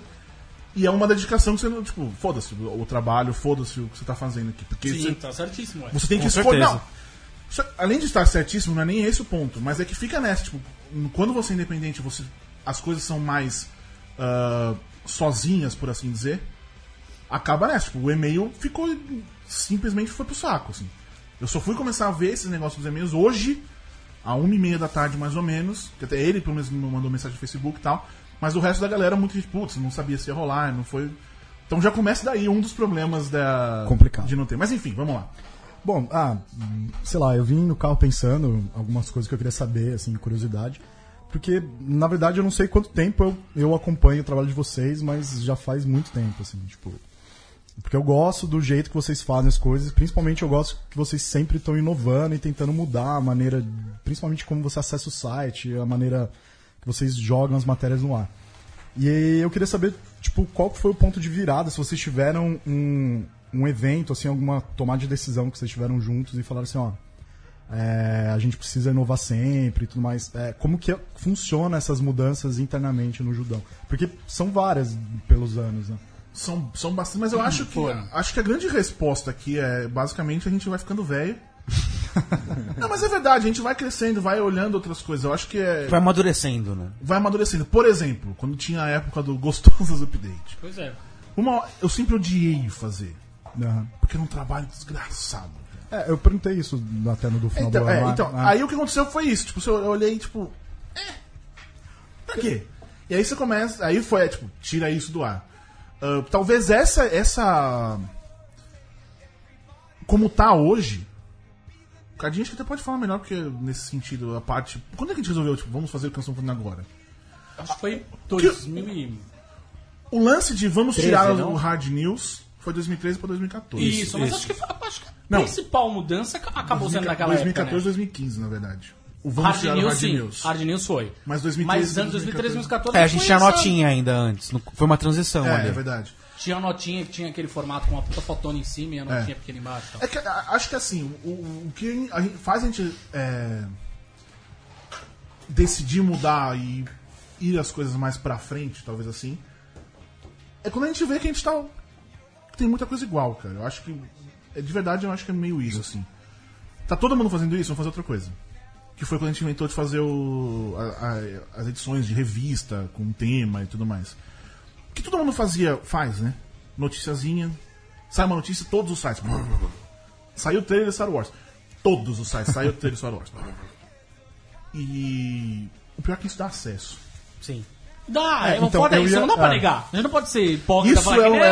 Speaker 3: E é uma dedicação que você não, tipo, foda-se o o trabalho, foda-se o que você tá fazendo aqui. Porque
Speaker 6: Sim,
Speaker 3: você,
Speaker 6: tá certíssimo. é.
Speaker 3: você tem que
Speaker 8: Com
Speaker 3: escolher.
Speaker 8: certeza.
Speaker 3: Não. Isso- Além de estar certíssimo, não é nem esse o ponto, mas é que fica nessa, tipo, quando você é independente, você as coisas são mais ah, sozinhas, por assim dizer. Acaba nessa, tipo, o e-mail ficou simplesmente foi pro saco, assim. Eu só fui começar a ver esse negócio dos e-mails hoje, a uma e meia da tarde mais ou menos, que até ele pelo menos me mandou mensagem no Facebook e tal, mas o resto da galera, muito gente, putz, não sabia se ia rolar, não foi. Então já começa daí um dos problemas da
Speaker 10: Complicado.
Speaker 3: de não ter. Mas enfim, vamos lá.
Speaker 10: Bom, ah, sei lá, eu vim no carro pensando algumas coisas que eu queria saber, assim, curiosidade. Porque, na verdade, eu não sei quanto tempo eu, eu acompanho o trabalho de vocês, mas já faz muito tempo, assim, tipo. Porque eu gosto do jeito que vocês fazem as coisas, principalmente eu gosto que vocês sempre estão inovando e tentando mudar a maneira, principalmente como você acessa o site, a maneira que vocês jogam as matérias no ar. E eu queria saber, tipo, qual que foi o ponto de virada, se vocês tiveram um, um evento, assim, alguma tomada de decisão que vocês tiveram juntos e falaram assim, ó, é, a gente precisa inovar sempre e tudo mais. É, como que funciona essas mudanças internamente no Judão? Porque são várias pelos anos, né?
Speaker 3: São, são bastante, mas eu acho que acho que a grande resposta aqui é basicamente a gente vai ficando velho. Não, mas é verdade, a gente vai crescendo, vai olhando outras coisas. Eu acho que é,
Speaker 11: Vai amadurecendo, né?
Speaker 3: vai amadurecendo. Por exemplo, quando tinha a época do Gostosas Update.
Speaker 6: Pois é.
Speaker 3: Uma, hora- eu sempre odiei fazer,
Speaker 10: Aham.
Speaker 3: porque era um trabalho desgraçado. cara.
Speaker 10: É, eu perguntei isso até no do final
Speaker 3: Então,
Speaker 10: do ano.
Speaker 3: é,
Speaker 10: lá.
Speaker 3: então
Speaker 10: Ah,
Speaker 3: aí o que aconteceu foi isso. Tipo, eu olhei, tipo, é, pra quê? E aí você começa, aí foi, é, tipo, tira isso do ar. Ah, talvez essa, essa como tá hoje, a gente até pode falar melhor, porque nesse sentido, a parte. Quando é que a gente resolveu, tipo, vamos fazer o que nós estamos fazendo agora?
Speaker 6: Acho que foi 2000 e...
Speaker 3: O lance de vamos tirar
Speaker 11: 13,
Speaker 3: o
Speaker 11: não?
Speaker 3: Hard News foi 2013 pra 2014.
Speaker 6: Isso, mas
Speaker 11: isso.
Speaker 6: acho que, foi- acho que a
Speaker 3: Não.
Speaker 6: principal mudança ac- acabou sendo naquela
Speaker 3: 2014,
Speaker 6: época.
Speaker 3: 2015, na verdade. O
Speaker 6: Né?
Speaker 3: vamos
Speaker 6: Hard
Speaker 3: tirar
Speaker 6: News,
Speaker 3: o Hard
Speaker 6: sim.
Speaker 3: News.
Speaker 6: Hard News foi.
Speaker 3: Mas 2013,
Speaker 6: Mas anos 2013, 2014.
Speaker 11: É, a gente
Speaker 6: foi
Speaker 11: tinha
Speaker 6: essa-
Speaker 11: notinha ainda antes. não- Foi uma transição
Speaker 3: É,
Speaker 11: ali.
Speaker 3: é verdade.
Speaker 6: Tinha a notinha que tinha aquele formato com a puta fotona em cima e a notinha
Speaker 3: É.
Speaker 6: pequena embaixo. tá? e
Speaker 3: É
Speaker 6: tal.
Speaker 3: que, a- acho que assim, o, o que a gente- faz a gente é, decidir mudar e ir as coisas mais pra frente, talvez assim, é quando a gente vê que a gente tá. Tem muita coisa igual, cara. Eu acho que. é, De verdade, eu acho que é meio isso, assim. Tá todo mundo fazendo isso, vamos fazer outra coisa. Que foi quando a gente inventou de fazer o, a- a- as edições de revista com tema e tudo mais. Que todo mundo fazia, faz, né? Noticiazinha. Sai uma notícia, todos os sites. Saiu o trailer de Star Wars. Todos os sites, saiu o trailer de Star Wars. tá E. O pior é que isso dá acesso.
Speaker 6: Sim. Dá,
Speaker 10: É,
Speaker 6: é, uma
Speaker 10: então,
Speaker 6: foda
Speaker 10: eu
Speaker 6: isso,
Speaker 10: ia-
Speaker 6: não dá pra
Speaker 10: é.
Speaker 6: negar. A gente não pode ser hipócrita e
Speaker 3: Isso
Speaker 6: falar
Speaker 3: é,
Speaker 6: que
Speaker 3: um-
Speaker 6: "Não".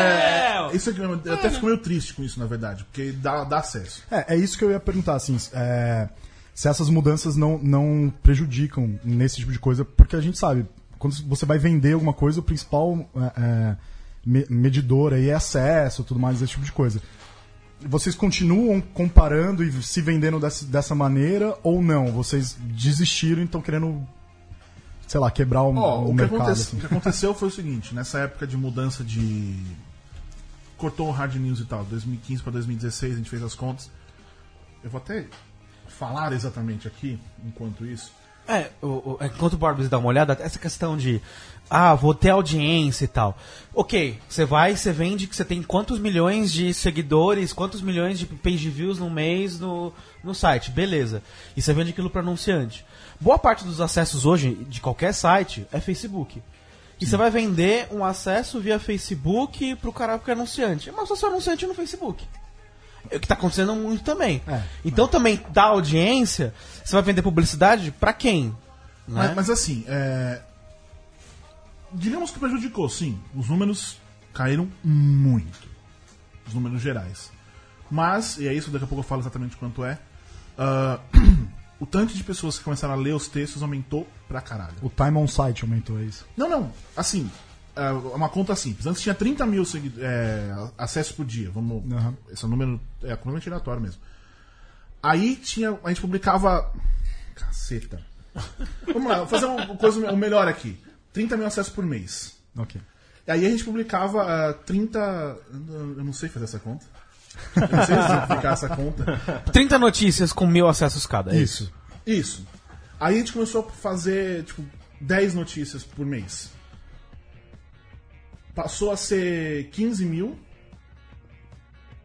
Speaker 3: é, isso é que eu, eu até fico meio triste com isso, na verdade, porque dá, dá acesso.
Speaker 10: É, é isso que eu ia perguntar, assim, é, se essas mudanças não, não prejudicam nesse tipo de coisa, porque a gente sabe, quando você vai vender alguma coisa, o principal é, é, me- medidor aí é acesso, tudo mais, esse tipo de coisa. Vocês continuam comparando e se vendendo dessa, dessa maneira ou não? Vocês desistiram e estão querendo, sei lá, quebrar o,
Speaker 3: Ó,
Speaker 10: o
Speaker 3: o, que
Speaker 10: Hum, mercado?
Speaker 3: aconte-
Speaker 10: assim?
Speaker 3: o que aconteceu foi o seguinte: nessa época de mudança de. Cortou o Hard News e tal, 2015 pra 2016, a gente fez as contas. Eu vou até falar exatamente aqui, enquanto isso.
Speaker 11: É, o- o- enquanto o Barbies dá uma olhada, essa questão de ah, vou ter audiência e tal. Ok, você vai, você vende que você tem quantos milhões de seguidores, quantos milhões de page views no mês no, no site, beleza. E você vende aquilo para anunciante. Boa parte dos acessos hoje de qualquer site é Facebook. E você vai vender um acesso via Facebook pro cara que é anunciante. Mas só seu anunciante no Facebook. É o que tá acontecendo muito também.
Speaker 3: É,
Speaker 11: então também da audiência, você vai vender publicidade pra quem? Né?
Speaker 3: Mas, mas assim, é... digamos que prejudicou, sim. Os números caíram muito. Os números gerais. Mas, e é isso, daqui a pouco eu falo exatamente quanto é. ah, *clears throat* o tanto de pessoas que começaram a ler os textos aumentou pra caralho.
Speaker 10: O time on site aumentou é isso.
Speaker 3: Não, não. Assim, é uma conta simples. Antes tinha 30 mil segui- é, acessos por dia. Vamos,
Speaker 10: Aham.
Speaker 3: Esse número é completamente aleatório mesmo. Aí tinha. A gente publicava. Caceta. Vamos lá, vou fazer uma coisa, o melhor aqui: 30 mil acessos por mês.
Speaker 10: Ok.
Speaker 3: E Aí a gente publicava ah, 30. Eu não sei fazer essa conta. Eu não sei explicar essa conta.
Speaker 11: 30 notícias com mil acessos cada. é
Speaker 10: Isso.
Speaker 3: Isso. Aí a gente começou a fazer, tipo, 10 notícias por mês. Passou a ser 15 mil.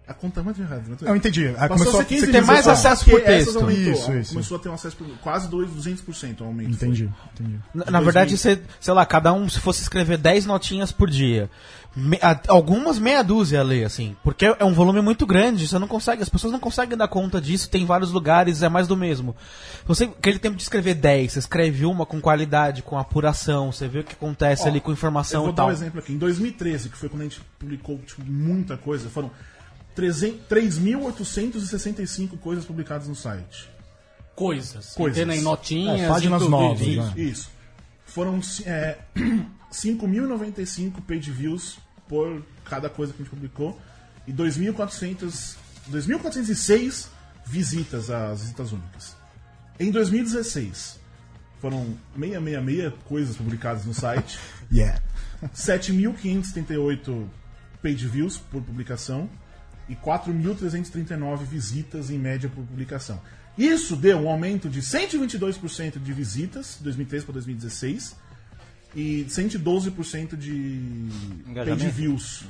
Speaker 3: A conta é muito errada, né?
Speaker 10: Eu entendi. Aí
Speaker 3: Passou
Speaker 10: então, começou
Speaker 3: a
Speaker 10: a é.
Speaker 3: ser 15
Speaker 10: você
Speaker 3: mil.
Speaker 10: tem mais
Speaker 3: só
Speaker 11: acesso
Speaker 3: porque
Speaker 11: por
Speaker 3: essas
Speaker 11: texto.
Speaker 3: aumentou,
Speaker 10: Isso, isso.
Speaker 3: Começou a ter um acesso por quase 200% o aumento.
Speaker 10: Entendi, entendi.
Speaker 11: Na, na verdade, você, sei lá, cada um, se fosse escrever 10 notinhas por dia, me- a- algumas meia dúzia lê, assim, porque é um volume muito grande, você não consegue, as pessoas não conseguem dar conta disso, tem vários lugares, é mais do mesmo. Você, aquele tempo de escrever 10, você escreve uma com qualidade, com apuração, você vê o que acontece ali com
Speaker 3: Eu
Speaker 11: informação
Speaker 3: vou
Speaker 11: e
Speaker 3: dar um
Speaker 11: Então, tal.
Speaker 3: exemplo aqui. Em 2013, que foi quando a gente publicou tipo, muita coisa, foram 300 3.865 coisas publicadas no site.
Speaker 6: Coisas.
Speaker 3: Coisas.
Speaker 6: Coisas. em notinhas.
Speaker 10: É, páginas
Speaker 6: em tudo,
Speaker 10: novas,
Speaker 6: isso.
Speaker 10: né?
Speaker 3: Isso. Foram é, *clears throat* 5.095 page views por cada coisa que a gente publicou e 2.400 2.406 visitas às visitas únicas. Em 2016, foram 666 coisas publicadas no site.
Speaker 10: Yeah.
Speaker 3: 7.538 page views por publicação e 4.339 visitas em média por publicação. Isso deu um aumento de 122% de visitas, 2013 para 2016, e 112% de page views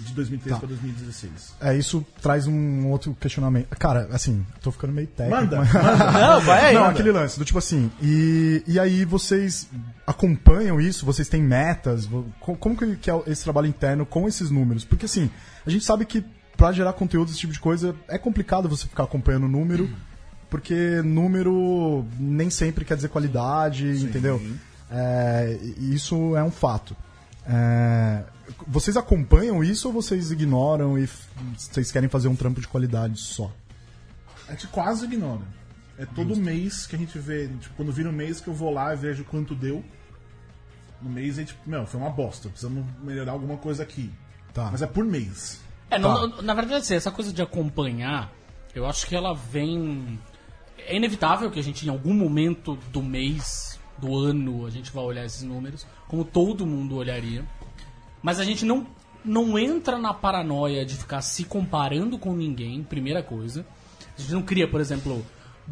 Speaker 3: de 2013 para 2016.
Speaker 10: É, isso traz um outro questionamento. Cara, assim, tô ficando meio técnico.
Speaker 3: Manda,
Speaker 11: *laughs*
Speaker 10: mas-
Speaker 11: Não, vai aí.
Speaker 10: Não,
Speaker 11: anda.
Speaker 10: aquele lance do tipo assim, e, e aí vocês acompanham isso? Vocês têm metas? Vo- co- Como que que é esse trabalho interno com esses números? Porque assim, a gente sabe que pra gerar conteúdo, esse tipo de coisa, é complicado você ficar acompanhando o número, porque número nem sempre quer dizer qualidade, entendeu? É, e- e isso é um fato. É, vocês acompanham isso ou vocês ignoram e f- vocês querem fazer um trampo de qualidade só?
Speaker 3: A gente quase ignora. É todo mês que a gente vê, tipo, quando vira um mês que eu vou lá e vejo quanto deu. No mês a gente, meu, foi uma bosta, precisamos melhorar alguma coisa aqui.
Speaker 10: Tá.
Speaker 3: Mas é por mês.
Speaker 6: É, não-
Speaker 11: Tá.
Speaker 6: não- na verdade, assim, essa coisa de acompanhar, eu acho que ela vem. É inevitável que a gente, em algum momento do mês, do ano, a gente vai olhar esses números, como todo mundo olharia. Mas a gente não, não entra na paranoia de ficar se comparando com ninguém, primeira coisa. A gente não cria, por exemplo,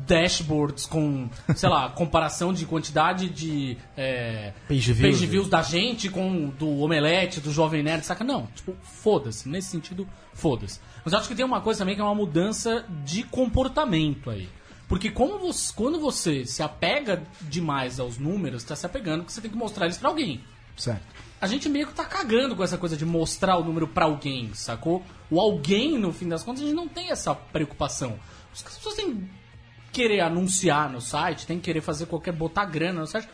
Speaker 6: dashboards com, sei lá, *laughs* comparação de quantidade de é,
Speaker 11: Page views,
Speaker 6: page views da gente com do Omelete, do Jovem Nerd, saca? Não, tipo, foda-se. Nesse sentido, foda-se. Mas eu acho que tem uma coisa também que é uma mudança de comportamento aí. Porque como você- quando você se apega demais aos números, tá se apegando que você tem que mostrar eles pra alguém.
Speaker 10: Certo.
Speaker 6: A gente meio que tá cagando com essa coisa de mostrar o número pra alguém, sacou? O alguém, no fim das contas, a gente não tem essa preocupação. As pessoas têm que querer anunciar no site, têm que querer fazer qualquer. botar grana no site,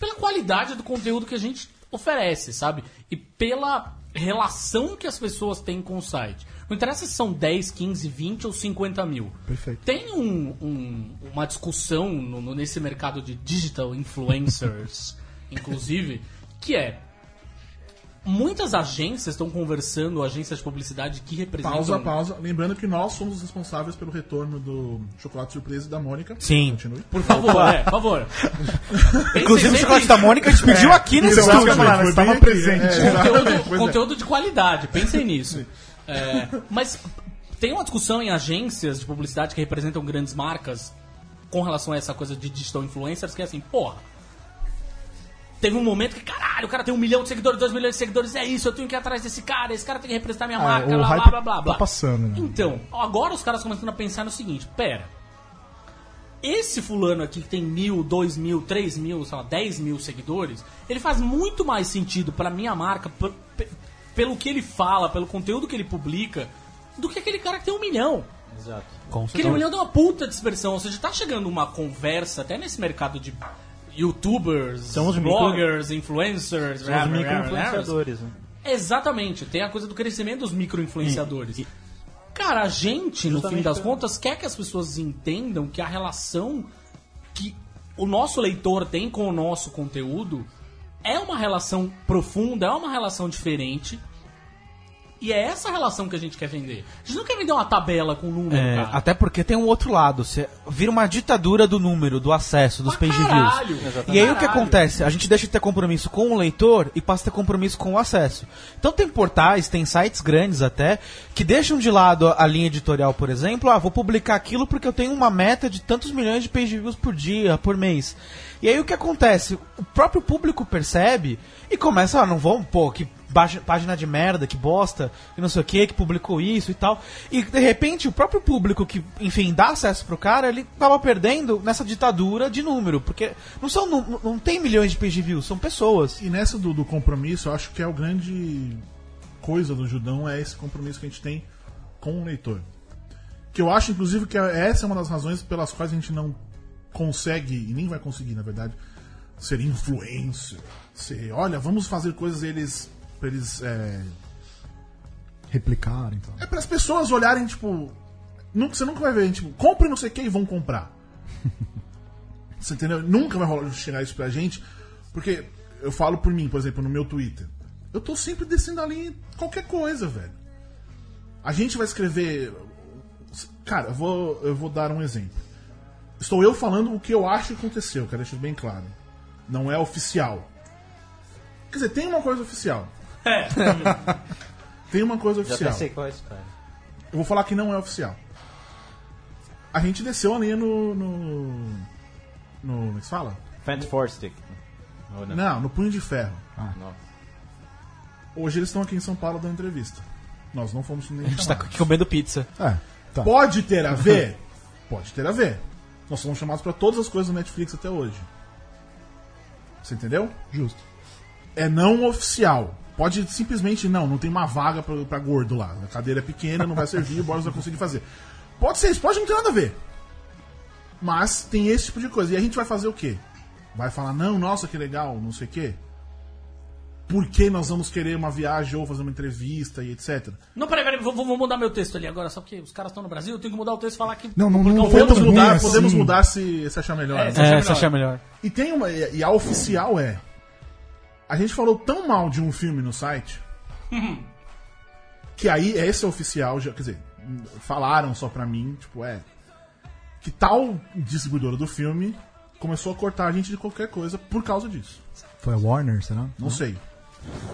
Speaker 6: pela qualidade do conteúdo que a gente oferece, sabe? E pela relação que as pessoas têm com o site. Não interessa se são 10, 15, 20 ou 50 mil.
Speaker 10: Perfeito.
Speaker 6: Tem um- um- uma discussão no- no- nesse mercado de digital influencers, inclusive, que é muitas agências estão conversando, agências de publicidade que representam.
Speaker 3: Pausa,
Speaker 10: Então-
Speaker 3: pausa. Lembrando que nós somos os responsáveis pelo retorno do Chocolate Surpresa e da Mônica.
Speaker 11: Sim.
Speaker 3: Continue.
Speaker 6: Por favor, é, por
Speaker 11: *laughs*
Speaker 6: favor.
Speaker 11: Inclusive o chocolate da Mônica a gente pediu aqui né? nesse
Speaker 10: Então,
Speaker 11: estúdio.
Speaker 10: cara,
Speaker 3: foi
Speaker 10: você tava
Speaker 3: bem-
Speaker 10: presente.
Speaker 3: é,
Speaker 10: *laughs*
Speaker 3: exatamente,
Speaker 6: conteúdo,
Speaker 3: *laughs* pois é.
Speaker 6: conteúdo de qualidade, pensem nisso. É, mas tem uma discussão em agências de publicidade que representam grandes marcas com relação a essa coisa de digital influencers, que é assim, porra. Teve um momento que, caralho, o cara tem um milhão de seguidores, dois milhões de seguidores, é isso, eu tenho que ir atrás desse cara, esse cara tem que representar
Speaker 3: Ah,
Speaker 6: minha marca,
Speaker 10: o
Speaker 6: blá, blá,
Speaker 10: hype
Speaker 6: blá, blá,
Speaker 10: tá
Speaker 6: blá.
Speaker 10: passando, né?
Speaker 6: Então, agora os caras começando a pensar no seguinte, pera, esse fulano aqui que tem mil, dois mil, três mil, sei lá, dez mil seguidores, ele faz muito mais sentido pra minha marca, p- p- pelo que ele fala, pelo conteúdo que ele publica, do que aquele cara que tem um milhão.
Speaker 11: Com
Speaker 6: Aquele milhão dá uma puta dispersão, ou seja, tá chegando uma conversa até nesse mercado de youtubers,
Speaker 7: São os micro-
Speaker 6: bloggers, influencers,
Speaker 7: São os micro-influenciadores, né?
Speaker 6: Exatamente, tem a coisa do crescimento dos micro-influenciadores. Cara, a gente, no
Speaker 7: Justamente
Speaker 6: fim das
Speaker 7: pelo-
Speaker 6: contas, quer que as pessoas entendam que a relação que o nosso leitor tem com o nosso conteúdo é uma relação profunda, é uma relação diferente E é essa relação que a gente quer vender. A gente não quer vender uma tabela com número,
Speaker 11: É,
Speaker 6: cara.
Speaker 11: até porque tem um outro lado. Você vira uma ditadura do número, do acesso, dos
Speaker 6: Pra
Speaker 11: page
Speaker 6: caralho.
Speaker 11: views. E aí o que
Speaker 6: Caralho.
Speaker 11: acontece? A gente deixa de ter compromisso com o leitor e passa a ter compromisso com o acesso. Então tem portais, tem sites grandes até, que deixam de lado a linha editorial, por exemplo. Ah, vou publicar aquilo porque eu tenho uma meta de tantos milhões de page views por dia, por mês. E aí o que acontece? O próprio público percebe e começa, ah, não vamos, pô, que baixa- página de merda, que bosta, que não sei o que, que publicou isso e tal. E de repente o próprio público que, enfim, dá acesso pro cara, ele tava perdendo nessa ditadura de número, porque não são nu- não tem milhões de page views, são pessoas.
Speaker 3: E nessa do, do compromisso, eu acho que é o grande coisa do Judão é esse compromisso que a gente tem com o leitor. Que eu acho, inclusive, que essa é uma das razões pelas quais a gente não consegue, e nem vai conseguir, na verdade, ser influencer. Ser, olha, vamos fazer coisas eles. pra eles. É,
Speaker 10: Replicar, então.
Speaker 3: é para as pessoas olharem, tipo. Nunca, você nunca vai ver, tipo, compre não sei o que e vão comprar. *laughs* você entendeu? Nunca vai rolar chegar isso pra gente. Porque eu falo por mim, por exemplo, no meu Twitter. Eu tô sempre descendo ali em qualquer coisa, velho. A gente vai escrever. Cara, eu vou, eu vou dar um exemplo. Estou eu falando o que eu acho que aconteceu, quero deixar bem claro. Não é oficial. Quer dizer, tem uma coisa oficial. É. *laughs* tem uma coisa
Speaker 9: Já
Speaker 3: oficial.
Speaker 9: até sei qual é esse cara.
Speaker 3: Eu vou falar que não é oficial. A gente desceu ali no. no. no como é que se fala?
Speaker 9: Fantastic. Ou
Speaker 11: Né?
Speaker 9: não?
Speaker 3: Não, no Punho de Ferro.
Speaker 11: Ah.
Speaker 9: Nossa.
Speaker 3: Hoje eles estão aqui em São Paulo dando entrevista. Nós não fomos nem
Speaker 11: A gente tá
Speaker 3: chamados.
Speaker 11: aqui comendo pizza.
Speaker 10: É, tá.
Speaker 3: Pode ter a ver? *laughs* Pode ter a ver. Nós somos chamados pra todas as coisas do Netflix até hoje. Você entendeu?
Speaker 10: Justo.
Speaker 3: É não oficial. Pode simplesmente, não, não tem uma vaga pra, pra gordo lá. A cadeira é pequena, não vai servir, o Boris vai conseguir fazer. Pode ser isso, pode não ter nada a ver. Mas tem esse tipo de coisa. E a gente vai fazer o quê? Vai falar, não, nossa, que legal, não sei o quê. Por que nós vamos querer uma viagem ou fazer uma entrevista e etc?
Speaker 6: Não, peraí, peraí, vou, vou mudar meu texto ali agora, só porque os caras estão no Brasil, eu tenho que mudar o texto e falar que.
Speaker 10: Não, não, não,
Speaker 6: Então,
Speaker 10: foi
Speaker 3: Podemos
Speaker 10: tão ruim
Speaker 3: mudar,
Speaker 10: assim.
Speaker 3: podemos mudar se, se achar melhor. né?
Speaker 9: É,
Speaker 6: se
Speaker 11: é,
Speaker 6: achar melhor.
Speaker 11: melhor.
Speaker 3: E tem uma. E a oficial é. A gente falou tão mal de um filme no site. que aí, esse é oficial, já, quer dizer, falaram só pra mim, tipo, é. Que tal distribuidora do filme começou a cortar a gente de qualquer coisa por causa disso.
Speaker 10: Foi a Warner, será?
Speaker 3: Não sei.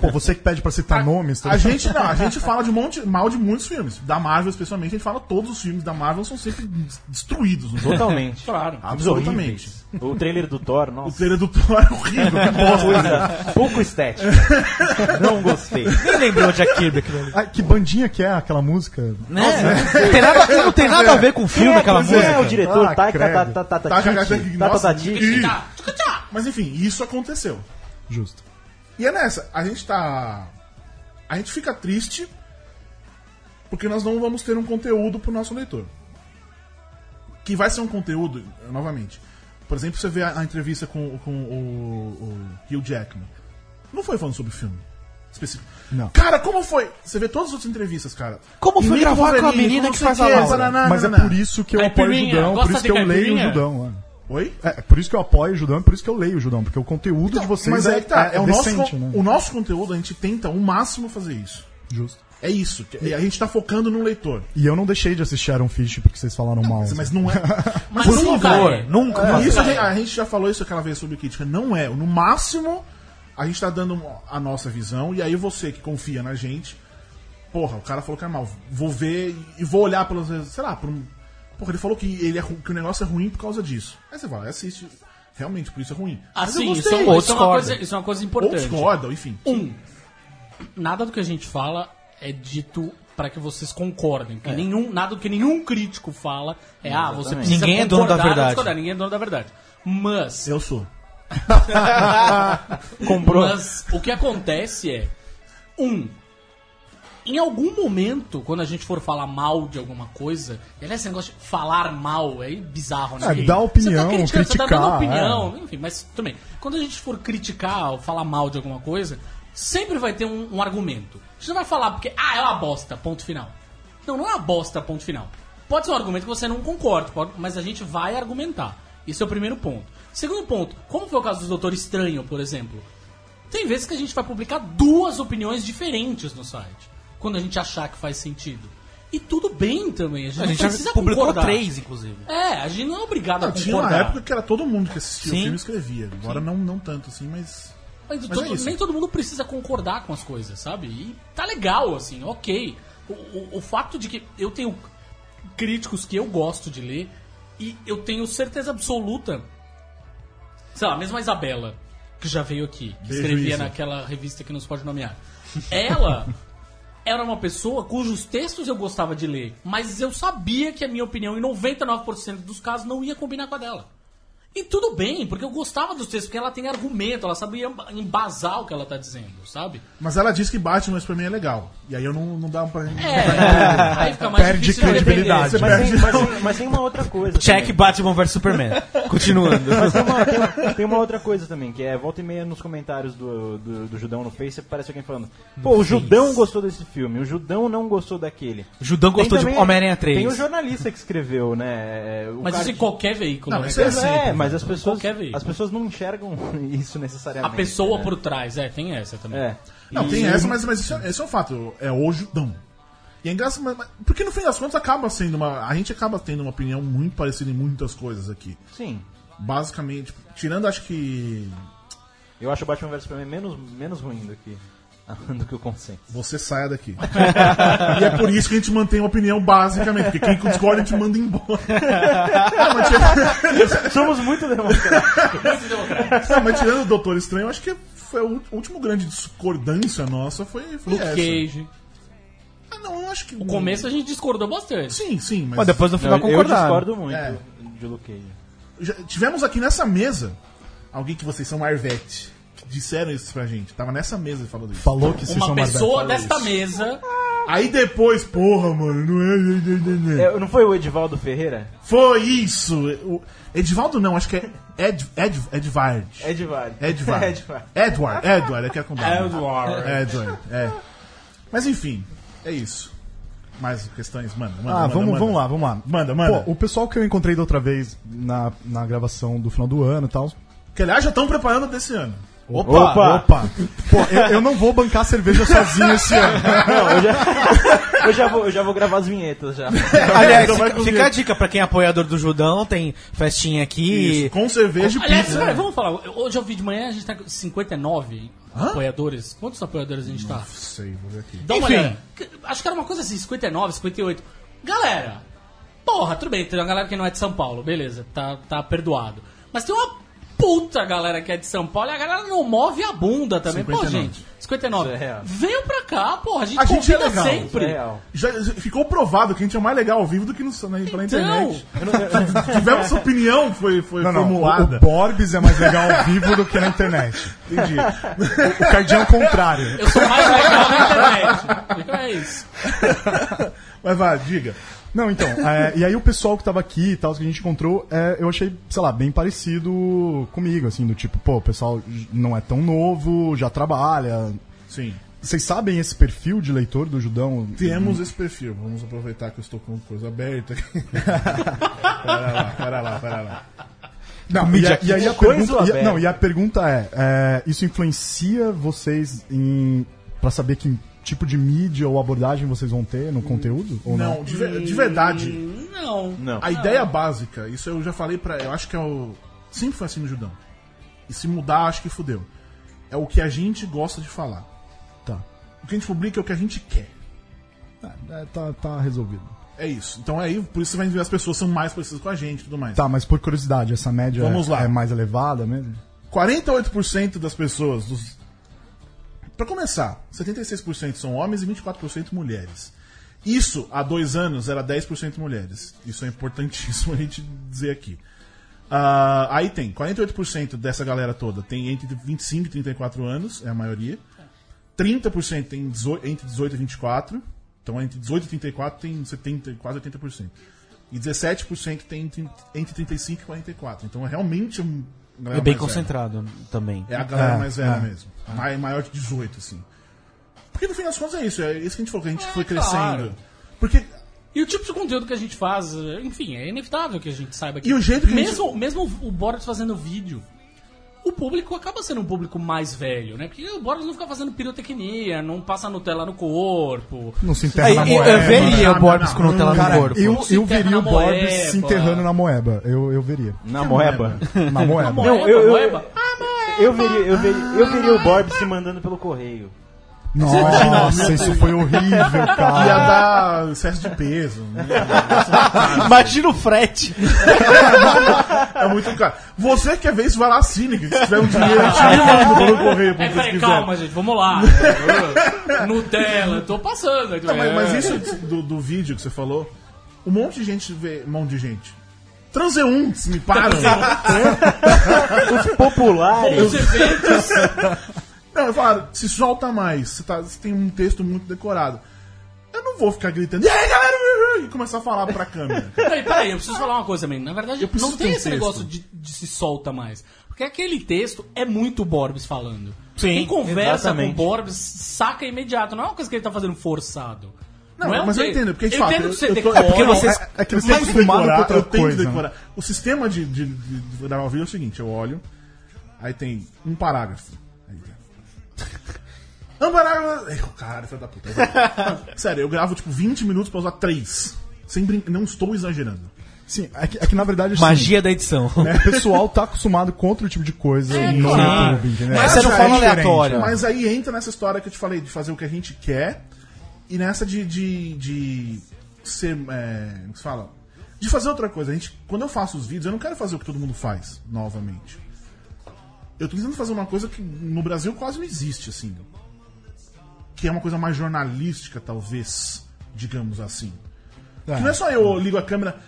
Speaker 10: Pô, você que pede pra citar nomes, tá
Speaker 3: A gente Uhum. não, a gente fala de um monte, mal de muitos filmes. Da Marvel, especialmente, a gente fala todos os filmes da Marvel são sempre des- destruídos. Não são?
Speaker 9: Totalmente.
Speaker 6: Claro.
Speaker 9: Filmes
Speaker 3: Absolutamente.
Speaker 9: horríveis. O trailer do Thor,
Speaker 3: O
Speaker 9: nossa.
Speaker 3: trailer do Thor é horrível, que bosta.
Speaker 9: Coisa *laughs* pouco
Speaker 11: *laughs*
Speaker 9: estética. Não gostei.
Speaker 11: Nem lembrou de Kirby aquilo ali.
Speaker 10: Ah, que bandinha que é aquela música?
Speaker 11: Né? Não tem nada, não tem nada a ver com o filme,
Speaker 9: Quem é,
Speaker 11: aquela
Speaker 9: quem é
Speaker 11: música.
Speaker 9: o diretor?
Speaker 10: Ah,
Speaker 9: Taika
Speaker 10: credo.
Speaker 9: Ta- Ta- Ta-
Speaker 11: Tá,
Speaker 3: Taika
Speaker 9: Tatiti.
Speaker 3: Tatiti,
Speaker 9: Taika
Speaker 3: nossa.
Speaker 9: Tatiti.
Speaker 3: Mas enfim, isso aconteceu.
Speaker 10: Justo.
Speaker 3: E é nessa, a gente tá. A gente fica triste porque nós não vamos ter um conteúdo pro nosso leitor. Que vai ser um conteúdo, novamente. Por exemplo, você vê a, a entrevista com, com o, o Hugh Jackman. Não foi falando sobre filme. Específico.
Speaker 10: Não.
Speaker 3: Cara, como foi? Você vê todas as outras entrevistas, cara.
Speaker 11: Como foi
Speaker 3: Nico
Speaker 11: gravar com a
Speaker 3: Wolverine,
Speaker 11: menina
Speaker 3: como
Speaker 11: que
Speaker 3: sei
Speaker 11: faz
Speaker 3: que,
Speaker 11: a Laura?
Speaker 3: paraná,
Speaker 10: Mas é
Speaker 3: nananá.
Speaker 10: por isso que eu apoio o
Speaker 6: Caipirinha,
Speaker 10: Judão, por
Speaker 6: gosta
Speaker 10: isso
Speaker 6: de
Speaker 10: que eu leio o
Speaker 6: caipirinha?
Speaker 10: Judão. é.
Speaker 3: Oi?
Speaker 10: É, é por isso que eu apoio o Judão, é por isso que eu leio o Judão, porque o conteúdo de vocês
Speaker 3: Mas
Speaker 10: é,
Speaker 3: aí que tá.
Speaker 10: é,
Speaker 3: É, o, nosso,
Speaker 10: decente,
Speaker 3: con-
Speaker 10: né?
Speaker 3: o nosso conteúdo, a gente tenta o máximo fazer isso.
Speaker 10: Justo.
Speaker 3: É isso. que- A gente tá focando no leitor.
Speaker 10: E eu não deixei de assistir Aaron Fish porque vocês falaram mal.
Speaker 3: Mas- Mas
Speaker 10: *laughs*
Speaker 3: não é.
Speaker 6: Mas
Speaker 3: Por
Speaker 6: nunca
Speaker 3: favor,
Speaker 6: é.
Speaker 11: Nunca.
Speaker 3: É,
Speaker 11: mano.
Speaker 3: isso a gente, a gente já falou isso aquela vez sobre crítica. Não é. No máximo, a gente tá dando a nossa visão. E aí você que confia na gente. Porra, o cara falou que é mal. Vou ver e vou olhar pelas vezes. Sei lá, por um. Porra, ele falou que, ele é, ru- que o negócio é ruim por causa disso. Aí você vai, lá e assiste. Realmente, por isso é ruim. Mas eu
Speaker 6: Assim, isso,
Speaker 3: gostei.
Speaker 6: é-
Speaker 11: Ou
Speaker 6: isso é uma
Speaker 11: discorda.
Speaker 6: coisa, isso é uma coisa
Speaker 3: Ou
Speaker 6: importante.
Speaker 3: discorda, ou enfim.
Speaker 6: Um, nada do que a gente fala é dito pra que vocês concordem.
Speaker 10: É.
Speaker 6: Que nenhum, nada do que nenhum crítico fala é, ah, você precisa
Speaker 11: Ninguém é dono da
Speaker 6: concordar ou
Speaker 11: verdade.
Speaker 6: discordar. Ninguém é dono da verdade. Mas,
Speaker 3: Eu sou.
Speaker 6: Mas o que acontece é, um, em algum momento, quando a gente for falar mal de alguma coisa, e aliás, esse negócio de falar mal é bizarro, né?
Speaker 10: É,
Speaker 6: Porque
Speaker 10: dá
Speaker 6: Você tá
Speaker 10: opinião,
Speaker 6: criticando, você tá dando
Speaker 10: criticar,
Speaker 6: opinião, enfim, mas também, quando a gente for criticar ou falar mal de alguma coisa, sempre vai ter um, um argumento. A gente não vai falar porque, ah, é uma bosta, ponto final. Não, não é uma bosta, ponto final. Pode ser um argumento que você não concorde, pode- mas a gente vai argumentar. Esse é o primeiro ponto. Segundo ponto, como foi o caso do Doutor Estranho, por exemplo. Tem vezes que a gente vai publicar duas opiniões diferentes no site. quando a gente achar que faz sentido. E tudo bem também, a gente,
Speaker 11: A gente
Speaker 6: não
Speaker 11: já
Speaker 6: precisa
Speaker 11: publicou
Speaker 6: concordar.
Speaker 11: três, inclusive.
Speaker 6: É, a gente não é obrigado
Speaker 3: Não,
Speaker 6: a
Speaker 3: Ah, tinha uma
Speaker 6: concordar.
Speaker 3: época que era todo mundo que assistia o
Speaker 6: Sim.
Speaker 3: filme e escrevia. Agora não, não tanto assim, mas.
Speaker 6: Mas
Speaker 3: Mas
Speaker 6: todo-
Speaker 3: é isso.
Speaker 6: nem todo mundo precisa concordar com as coisas, sabe? E tá legal, assim, ok. O, o- o fato de que eu tenho críticos que eu gosto de ler e eu tenho certeza absoluta. Sei lá, mesmo a Isabela, que já veio aqui, que
Speaker 3: Beijo,
Speaker 6: escrevia
Speaker 3: Isa.
Speaker 6: naquela revista que não se pode nomear. Ela *laughs* era uma pessoa cujos textos eu gostava de ler, mas eu sabia que a minha opinião, em 99% dos casos, não ia combinar com a dela. E tudo bem, porque eu gostava dos textos, porque ela tem argumento, ela sabia embasar o que ela tá dizendo, sabe?
Speaker 3: Mas ela diz que Batman, mas pra mim é legal. E aí eu não, não dá pra.
Speaker 6: É, aí fica
Speaker 3: *laughs*
Speaker 6: mais
Speaker 3: Perde
Speaker 6: difícil de
Speaker 3: credibilidade.
Speaker 6: defender.
Speaker 3: Mas
Speaker 6: Mas-
Speaker 3: tem-
Speaker 7: Mas tem, mas tem uma outra coisa.
Speaker 11: Check Batman vs *laughs* Superman. Continuando.
Speaker 9: Mas tem uma, tem, uma- tem uma outra coisa também, que é volta e meia nos comentários do, do, do Judão no Face, aparece alguém falando: Pô, o Judão gostou desse filme, o Judão não gostou daquele.
Speaker 11: O Judão
Speaker 9: Tem
Speaker 11: gostou de
Speaker 9: também-
Speaker 11: Homem-Aranha 3.
Speaker 9: Tem o jornalista que escreveu, né? é, o
Speaker 6: Mas
Speaker 9: cara
Speaker 6: isso em
Speaker 9: que-
Speaker 6: qualquer veículo,
Speaker 3: Não,
Speaker 6: né?
Speaker 3: isso é
Speaker 6: cara?
Speaker 9: Pois
Speaker 3: sempre,
Speaker 9: é, mas as pessoas,
Speaker 6: Qualquer veículo.
Speaker 9: as pessoas não enxergam *laughs* isso
Speaker 6: A
Speaker 9: necessariamente.
Speaker 6: pessoa
Speaker 9: né?
Speaker 6: por trás, é, tem essa também.
Speaker 9: É.
Speaker 3: Não,
Speaker 9: E-
Speaker 3: tem essa, mas, mas isso, é- esse é um fato. É o Judão. E é engraçado, mas- mas- porque no fim das contas acaba sendo uma. A gente acaba tendo uma opinião muito parecida em muitas coisas aqui.
Speaker 9: Sim.
Speaker 3: Basicamente, tipo, tirando acho que.
Speaker 9: Eu acho o Batman vs Superman menos, menos ruim do que, *laughs* do que o consenso.
Speaker 3: Você saia daqui. e é por isso que a gente mantém uma opinião basicamente, porque quem discorda a gente manda embora. Não, mas tirando,
Speaker 9: Somos muito democráticos.
Speaker 3: não, mas tirando o Doutor Estranho, eu acho que foi o último grande discordância nossa foi, foi
Speaker 6: Luke
Speaker 3: essa.
Speaker 6: Cage.
Speaker 3: Ah, não, eu acho que.
Speaker 6: O começo a gente discordou bastante.
Speaker 3: Sim, sim, mas.
Speaker 7: Mas depois no final
Speaker 9: eu
Speaker 7: concordaram.
Speaker 9: discordo muito
Speaker 3: É.
Speaker 9: de Luke Cage.
Speaker 3: Já tivemos aqui nessa mesa alguém que vocês são Marvete. que Disseram isso pra gente. Tava nessa mesa falando isso.
Speaker 10: Falou que vocês
Speaker 6: Uma
Speaker 10: são Marvel.
Speaker 6: pessoa
Speaker 10: Falou
Speaker 6: desta
Speaker 10: isso.
Speaker 6: mesa.
Speaker 3: Aí depois, porra, mano, não é- é- é- é- é.
Speaker 9: É, não foi o Edivaldo Ferreira?
Speaker 3: Foi isso! O Edivaldo não, acho que é Ed, Ed, Edvard.
Speaker 9: É Edivaldo. *laughs*
Speaker 3: Edward. Edward.
Speaker 9: Edward.
Speaker 3: Edward. Edward, é que é com W. Edward, é. Mas enfim, é isso. Mais questões, manda, manda.
Speaker 10: Ah,
Speaker 3: manda,
Speaker 10: vamos,
Speaker 3: manda.
Speaker 10: vamos lá, vamos lá.
Speaker 3: Manda, manda.
Speaker 10: Pô, o pessoal que eu encontrei da outra vez na, na gravação do final do ano e tal.
Speaker 3: Que aliás já estão preparando desse ano.
Speaker 9: Opa!
Speaker 10: Opa! Pô, eu, eu não vou bancar cerveja
Speaker 3: *laughs*
Speaker 10: sozinho esse ano.
Speaker 9: Não, eu já, *laughs* eu, já vou, eu já vou gravar as vinhetas já.
Speaker 11: Aliás,
Speaker 3: Então vai
Speaker 11: fica,
Speaker 3: comigo.
Speaker 11: fica a dica pra quem é apoiador do Judão, tem festinha aqui.
Speaker 3: Isso, com cerveja e
Speaker 6: Aliás,
Speaker 3: pizza.
Speaker 6: peraí, vamos falar. Hoje eu vi de manhã, a gente tá com 59 apoiadores. Quantos apoiadores a gente tá?
Speaker 3: Sei, vou ver aqui.
Speaker 6: Dá uma
Speaker 11: Enfim.
Speaker 6: olhada. Que- Acho que era uma coisa assim, 59, 58. Galera, porra, tudo bem, tem uma galera que não é de São Paulo, beleza, tá, tá perdoado. Mas tem uma puta galera que é de São Paulo e a galera não move a bunda também. Pô,
Speaker 3: 59.
Speaker 6: gente, 59.
Speaker 9: Isso é real.
Speaker 6: Venham pra cá, porra, a gente
Speaker 3: A gente
Speaker 6: convida
Speaker 3: é legal,
Speaker 6: sempre.
Speaker 9: Isso é real.
Speaker 3: Já já ficou provado que a gente é mais legal ao vivo do que no, na, pela
Speaker 6: Então,
Speaker 3: internet. Tivemos sua opinião, foi, foi
Speaker 10: Não, não. O,
Speaker 3: formulada.
Speaker 10: o Borbs é mais legal ao vivo do que na internet.
Speaker 3: Entendi.
Speaker 10: O cardião contrário.
Speaker 6: eu sou mais legal
Speaker 3: *laughs*
Speaker 6: na internet. Então é isso.
Speaker 3: Mas vai, diga.
Speaker 10: Não, então. é, e aí o pessoal que tava aqui e tal, que a gente encontrou, é, eu achei, sei lá, bem parecido comigo, assim, do tipo, pô, o pessoal j- não é tão novo, já trabalha.
Speaker 3: Sim.
Speaker 10: Vocês sabem esse perfil de leitor do Judão?
Speaker 3: Temos esse perfil. Vamos aproveitar que eu estou com coisa aberta aqui. pera lá, pera lá, pera lá.
Speaker 10: Não,
Speaker 11: Mídia
Speaker 10: e, a, e aí a
Speaker 9: Coisa
Speaker 10: pergunta, e a-
Speaker 9: aberta.
Speaker 10: não, e a pergunta é, é, isso influencia vocês em para saber que tipo de mídia ou abordagem vocês vão ter no conteúdo ou não?
Speaker 3: Não, de, ver- de verdade.
Speaker 6: Não.
Speaker 9: Não.
Speaker 3: A ideia básica, isso eu já falei pra. Eu acho que é o. Sempre foi assim no Judão. E se mudar, acho que fudeu. É o que a gente gosta de falar.
Speaker 10: Tá.
Speaker 3: O que a gente publica é o que a gente quer.
Speaker 10: É, tá, tá resolvido.
Speaker 3: É isso. Então aí, por isso você vai ver as pessoas são mais parecidas com a gente e tudo mais.
Speaker 10: Tá, mas por curiosidade, essa média
Speaker 3: Vamos lá.
Speaker 10: é mais elevada mesmo?
Speaker 3: 48% das pessoas. Dos... Pra começar, 76% são homens e 24% mulheres. Isso, há dois anos, era 10% mulheres. Isso é importantíssimo *laughs* a gente dizer aqui. Ah, aí tem 48% dessa galera toda tem entre 25 e 34 anos, é a maioria. 30% tem 18 entre 18 e 24. Então, entre 18 e 34 tem 70, quase 80%. E 17% tem entre, entre 35 e 44. Então, é realmente um. uma
Speaker 11: É
Speaker 3: galera
Speaker 11: bem
Speaker 3: mais velha.
Speaker 11: concentrado também.
Speaker 3: É a galera
Speaker 10: É,
Speaker 3: mais velha
Speaker 10: é.
Speaker 3: mesmo. Mai- Maior de 18, assim. Porque no fim das contas é isso, é isso que a gente falou, que a gente foi
Speaker 6: claro.
Speaker 3: crescendo. Porque
Speaker 6: E o tipo de conteúdo que a gente faz, eh, enfim, é inevitável que a gente saiba que.
Speaker 3: E o jeito que a
Speaker 6: mesmo, mesmo o Boris fazendo vídeo. o público acaba sendo um público mais velho, né? Porque o Boros não fica fazendo pirotecnia, não passa Nutella no corpo.
Speaker 10: Não se enterra na
Speaker 11: Aí, eu-
Speaker 10: moeba.
Speaker 11: eu veria
Speaker 10: Não,
Speaker 11: o Borbs
Speaker 10: não,
Speaker 11: com Nutella
Speaker 10: cara,
Speaker 11: no corpo.
Speaker 10: Eu,
Speaker 6: Não se
Speaker 10: eu
Speaker 6: enterra
Speaker 10: veria o
Speaker 6: na
Speaker 10: Borbs
Speaker 6: moeba.
Speaker 10: se enterrando na moeba. Eu, eu veria.
Speaker 9: Na moeba.
Speaker 10: Na moeba.
Speaker 6: Moeba,
Speaker 10: Não,
Speaker 9: eu- eu-
Speaker 6: moeba. Ah,
Speaker 9: Eu veria, eu veria, eu veria o Borbs se mandando pelo correio.
Speaker 10: Nossa, isso foi horrível,
Speaker 3: Ia
Speaker 10: cara.
Speaker 3: dar excesso de peso. Né?
Speaker 11: *laughs* Imagina o frete.
Speaker 3: É muito caro. Você quer ver isso, vai lá, Cínica. Se tiver um dinheiro, tira e manda pelo correio pra
Speaker 6: É,
Speaker 3: vocês
Speaker 6: peraí,
Speaker 3: quiserem.
Speaker 6: calma, gente, vamos lá. *laughs* Nutella, tô passando. aqui,
Speaker 3: Não, mas,
Speaker 6: é.
Speaker 3: mas isso do, do vídeo que você falou, um monte de gente vê. Um monte de gente. Transeuntes me param.
Speaker 9: Populares.
Speaker 6: Os eventos.
Speaker 3: Não, eu falo, se solta mais. Você, tá, você tem um texto muito decorado. Eu não vou ficar gritando. E aí, galera? E começar a falar pra câmera.
Speaker 6: Peraí, peraí, eu preciso falar uma coisa também. Na verdade,
Speaker 3: preciso
Speaker 6: não tem
Speaker 3: ter um
Speaker 6: esse
Speaker 3: texto.
Speaker 6: negócio de, de se solta mais. Porque aquele texto é muito Borbs falando. Quem conversa
Speaker 9: exatamente.
Speaker 6: com o Borbs saca imediato. Não é uma coisa que ele tá fazendo forçado.
Speaker 3: Não,
Speaker 6: é um
Speaker 3: mas eu
Speaker 6: texto.
Speaker 3: entendo, porque de
Speaker 6: eu
Speaker 3: fato,
Speaker 6: entendo
Speaker 3: eu-
Speaker 6: que você
Speaker 3: eu tô-
Speaker 6: decora.
Speaker 3: é porque
Speaker 6: você...
Speaker 10: É, é que
Speaker 3: Eu
Speaker 10: você tá
Speaker 3: tenho que
Speaker 10: acostumado com
Speaker 3: decorar,
Speaker 10: outra
Speaker 3: eu tenho que
Speaker 10: coisa. né?
Speaker 3: decorar. O sistema de, de, de, de da Malvina é o seguinte, eu olho, aí tem um parágrafo. Aí tem- Um parágrafo. Ei, Cara, filho da puta. Aí
Speaker 10: *laughs*
Speaker 3: vai. Sério, eu gravo tipo 20 minutos pra usar 3. Sem brin... Não estou exagerando.
Speaker 10: Sim, é que, é que na verdade assim,
Speaker 11: Magia da edição.
Speaker 10: né, o pessoal tá acostumado com outro tipo de coisa no
Speaker 11: claro.
Speaker 10: YouTube, entendeu?
Speaker 11: Mas você não
Speaker 10: É
Speaker 11: fala
Speaker 10: diferente,
Speaker 11: aleatório.
Speaker 10: né?
Speaker 3: Mas aí entra nessa história que eu te falei, de fazer o que a gente quer e nessa de. de, de ser. É, como se fala? De fazer outra coisa. A gente, quando eu faço os vídeos, eu não quero fazer o que todo mundo faz novamente. Eu tô tentando fazer uma coisa que no Brasil quase não existe, assim. Que é uma coisa mais jornalística, talvez, digamos assim. Que não é só eu ligo a câmera.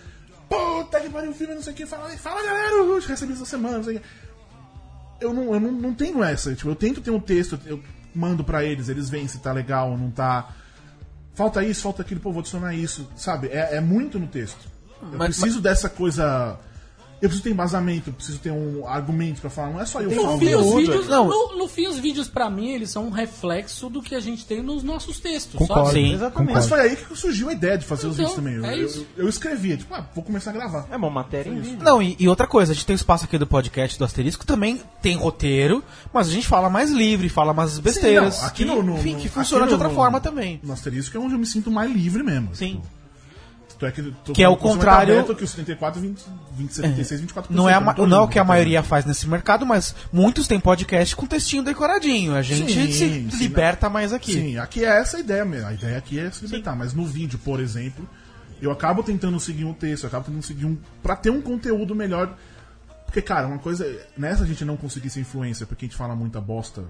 Speaker 3: Puta que pariu, um filme, não sei o que. Fala, fala galera, eu recebi essa semana, não sei o que. Eu não, eu não, não tenho essa. Tipo, eu tento ter um texto, eu mando pra eles, eles veem se tá legal ou não tá. Falta isso, falta aquilo, pô, vou adicionar isso, sabe? É, é muito no texto. Eu preciso dessa coisa. Eu preciso ter embasamento, eu preciso ter um argumento pra falar. Não é só eu
Speaker 6: No
Speaker 3: falar.
Speaker 6: fim, os
Speaker 3: Outra.
Speaker 6: vídeos,
Speaker 11: Não.
Speaker 6: no, no fim, os vídeos pra mim, eles são um reflexo do que a gente tem nos nossos textos.
Speaker 10: Concordo,
Speaker 6: sabe?
Speaker 11: Sim.
Speaker 10: exatamente.
Speaker 3: Mas foi aí que surgiu a ideia de fazer os
Speaker 6: Então,
Speaker 3: vídeos também. Eu,
Speaker 6: é
Speaker 3: eu-
Speaker 6: isso.
Speaker 3: eu escrevia, tipo, ah, vou começar a gravar.
Speaker 9: É uma matéria em vídeo.
Speaker 11: Não, e, e outra coisa, a gente tem o espaço aqui do podcast do Asterisco, também tem roteiro, mas a gente fala mais livre, fala mais besteiras.
Speaker 3: Sim, não, aqui
Speaker 11: que,
Speaker 3: no, no-
Speaker 11: enfim, que
Speaker 3: aqui
Speaker 11: funciona de
Speaker 3: no-
Speaker 11: outra
Speaker 3: no-
Speaker 11: forma também.
Speaker 3: No asterisco é onde eu me sinto mais livre mesmo.
Speaker 11: Sim.
Speaker 3: Tipo, tanto é que tô-
Speaker 11: Que é o
Speaker 3: tô com
Speaker 11: contrário-
Speaker 3: aberto que os 34, 20, 20 76, 24
Speaker 11: Não é, a ma-
Speaker 3: tô
Speaker 11: não é o
Speaker 3: livre.
Speaker 11: que a maioria faz nesse mercado, mas muitos têm podcast com textinho decoradinho. A gente
Speaker 3: Sim,
Speaker 11: se
Speaker 3: sim,
Speaker 11: liberta mais aqui.
Speaker 3: Sim, aqui é essa a ideia mesmo. A ideia aqui é se libertar. Mas no vídeo, por exemplo, eu acabo tentando seguir um texto, eu acabo tentando seguir um. pra ter um conteúdo melhor. Porque, cara, uma coisa. Nessa a gente não conseguir ser influencer, porque a gente fala muita bosta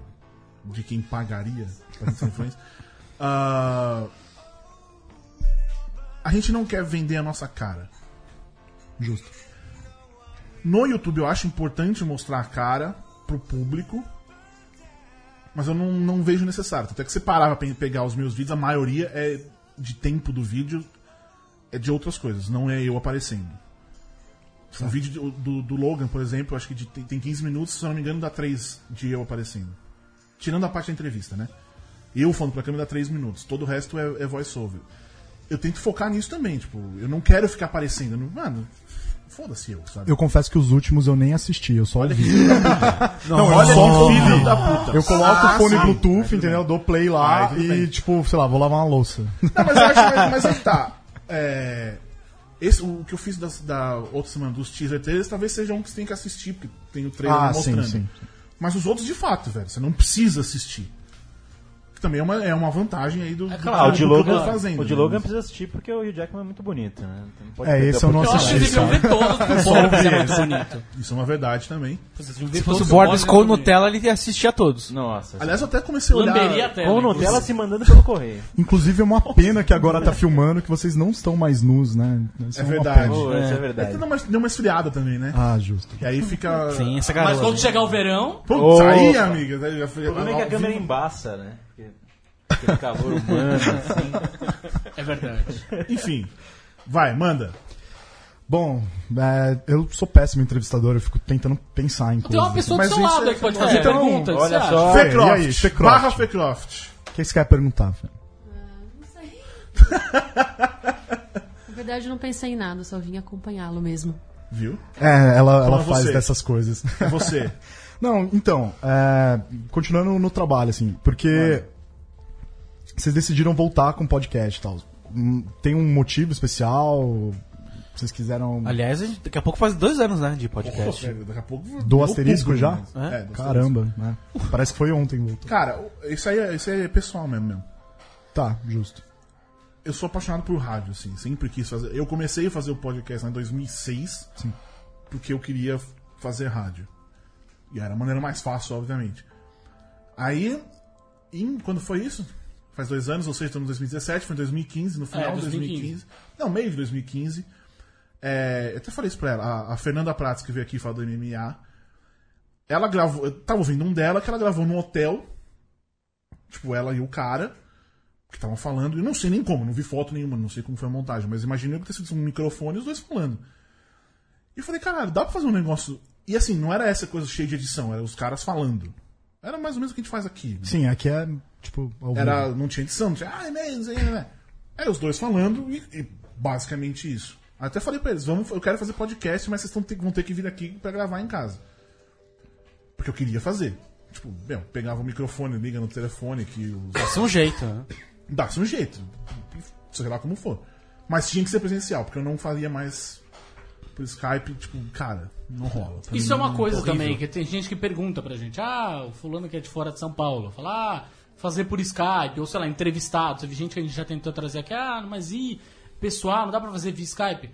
Speaker 3: de quem pagaria pra gente ser influencer. Ah, a gente não quer vender a nossa cara. Justo. No YouTube eu acho importante mostrar a cara pro público. Mas eu não, não vejo necessário. Até que você parava pra pegar os meus vídeos, a maioria é de tempo do vídeo, é de outras coisas, não é eu aparecendo. Um vídeo do, do, do Logan, por exemplo, eu acho que de- tem, tem 15 minutos, se eu não me engano, dá 3 de eu aparecendo. Tirando a parte da entrevista, né? Eu falando pra câmera dá 3 minutos, todo o resto é, é voice-over. Eu tento focar nisso também, tipo, eu não quero ficar aparecendo. eu não- Mano, foda-se eu, sabe?
Speaker 10: Eu confesso que os últimos eu nem assisti, eu só ouvi.
Speaker 3: não, eu sou filho
Speaker 8: *laughs*
Speaker 3: da puta.
Speaker 10: Eu coloco o fone
Speaker 3: sim.
Speaker 10: Bluetooth, entendeu? Dou play
Speaker 3: Ah,
Speaker 10: lá
Speaker 3: tudo
Speaker 10: e,
Speaker 3: bem.
Speaker 10: tipo, sei lá, vou lavar uma louça.
Speaker 3: Não, mas eu acho mas- mas aí tá. É, esse, o que eu fiz das- da, outra semana dos teaser trailers talvez seja um que você tem que assistir, porque tem o trailer
Speaker 10: Ah, sim,
Speaker 3: mostrando.
Speaker 10: sim.
Speaker 3: Mas os outros, de fato, velho, você não precisa assistir. Que também é uma, é uma vantagem aí do, é
Speaker 9: Ah, o de Logan,
Speaker 3: fazendo.
Speaker 9: o de
Speaker 3: né?
Speaker 9: Logan precisa assistir porque o Hugh Jackman é muito bonito, né? Então não pode
Speaker 10: É,
Speaker 9: perder
Speaker 10: esse
Speaker 9: a
Speaker 10: eu não
Speaker 6: Eu acho que
Speaker 10: assisti.
Speaker 9: oportunidade.
Speaker 6: eles deviam ver todos pro Borbs, é muito bonito.
Speaker 3: Isso é uma verdade também.
Speaker 11: Se fosse o Borbs com Nutella, ele ia assistir a todos.
Speaker 9: Nossa. é
Speaker 3: Aliás, eu até comecei a olhar.
Speaker 6: Lamberia né? a tela.
Speaker 9: Com
Speaker 6: inclusive.
Speaker 9: Nutella se mandando pelo correio.
Speaker 10: Inclusive é uma pena que agora tá filmando que vocês não estão mais nus, né? Isso
Speaker 3: É
Speaker 10: uma
Speaker 3: verdade.
Speaker 10: pena.
Speaker 9: Pô, isso é
Speaker 3: É,
Speaker 9: verdade.
Speaker 3: deu, uma, deu uma esfriada também, né?
Speaker 10: Ah, justo.
Speaker 3: E aí fica.
Speaker 11: Sim, essa
Speaker 6: Mas
Speaker 11: garota.
Speaker 6: quando chegar o verão,
Speaker 3: Putz,
Speaker 9: Oh.
Speaker 3: aí, amiga. né, já foi-
Speaker 9: O problema é que a
Speaker 3: ao
Speaker 9: câmera
Speaker 3: vivo.
Speaker 9: embaça, né? *laughs* Porque- Aquele calor humano, assim.
Speaker 6: é verdade.
Speaker 3: Enfim. Vai, manda.
Speaker 10: Bom, é, eu sou péssimo entrevistador, eu fico tentando pensar em
Speaker 6: Tem
Speaker 10: coisas.
Speaker 6: é uma pessoa do
Speaker 3: Mas
Speaker 6: seu
Speaker 3: isso
Speaker 6: lado
Speaker 3: é-
Speaker 6: aí que pode fazer
Speaker 10: Então,
Speaker 6: perguntas.
Speaker 9: olha
Speaker 6: você
Speaker 9: só.
Speaker 6: acha?
Speaker 10: Ah, e aí,
Speaker 3: Fecroft.
Speaker 10: Fecroft?
Speaker 3: barra Fecroft.
Speaker 10: O que você quer perguntar, Fê?
Speaker 4: Na verdade, eu não pensei em nada, só vim acompanhá-lo mesmo.
Speaker 3: Viu?
Speaker 10: É, ela,
Speaker 3: Então
Speaker 10: ela
Speaker 3: é
Speaker 10: faz
Speaker 3: você.
Speaker 10: dessas coisas. *laughs*
Speaker 3: É você.
Speaker 10: Não, então, é, continuando no trabalho, assim, porque vocês decidiram voltar com o podcast e tal. Hum, Tem um motivo especial? Vocês quiseram.
Speaker 11: Aliás, a gente- daqui a pouco faz dois anos, né, de
Speaker 3: Pô,
Speaker 11: podcast.
Speaker 3: velho, daqui a pouco.
Speaker 10: Do
Speaker 3: virou
Speaker 10: asterisco
Speaker 3: público,
Speaker 10: já?
Speaker 3: né? É, do asterisco.
Speaker 10: Caramba, né? Parece que foi ontem. voltou.
Speaker 3: Cara, o- isso aí, é- isso aí é pessoal mesmo, mesmo.
Speaker 10: Tá, justo.
Speaker 3: Eu sou apaixonado por rádio, assim. Sempre quis fazer. Eu comecei a fazer o podcast né, em 2006.
Speaker 10: Sim.
Speaker 3: Porque eu queria fazer rádio. E era a maneira mais fácil, obviamente. Aí, em- quando foi isso? Faz dois anos, ou seja, estamos em 2017, foi em 2015, no final
Speaker 6: É,
Speaker 3: de
Speaker 6: 2015.
Speaker 3: 2015. Não, meio de 2015. É, eu até falei isso pra ela. A, a Fernanda Prats, que veio aqui falar do MMA, ela gravou. Eu tava ouvindo um dela que ela gravou num hotel. Tipo, ela e o cara. Que estavam falando. Eu não sei nem como, não vi foto nenhuma, não sei como foi a montagem, mas imaginei que ter sido um microfone e os dois falando. E eu falei, caralho, dá pra fazer um negócio. E assim, não era essa coisa cheia de edição, era os caras falando. Era mais ou menos o que a gente faz aqui. né?
Speaker 10: Sim, aqui é, tipo, ao
Speaker 3: Era,
Speaker 10: vivo.
Speaker 3: não tinha edição, não tinha. Ah, é mesmo, não sei, não é". Era os dois falando e, e basicamente isso. Até falei pra eles, vamos, eu quero fazer podcast, mas vocês tão ter- vão ter que vir aqui pra gravar em casa. Porque eu queria fazer. Tipo, meu, pegava o microfone, liga no telefone, que os
Speaker 6: Isso é um jeito, né?
Speaker 3: dá-se um jeito. Sei lá como for. Mas tinha que ser presencial, porque eu não faria mais por Skype, tipo, cara, não rola. Pra
Speaker 6: Isso
Speaker 3: mim
Speaker 6: é uma
Speaker 3: não-
Speaker 6: coisa
Speaker 3: horrível.
Speaker 6: também, que tem gente que pergunta pra gente, ah, o fulano que é de fora de São Paulo, fala, ah, fazer por Skype, ou sei lá, entrevistado, teve gente que a gente já tentou trazer aqui, ah, mas e, pessoal, não dá pra fazer via Skype?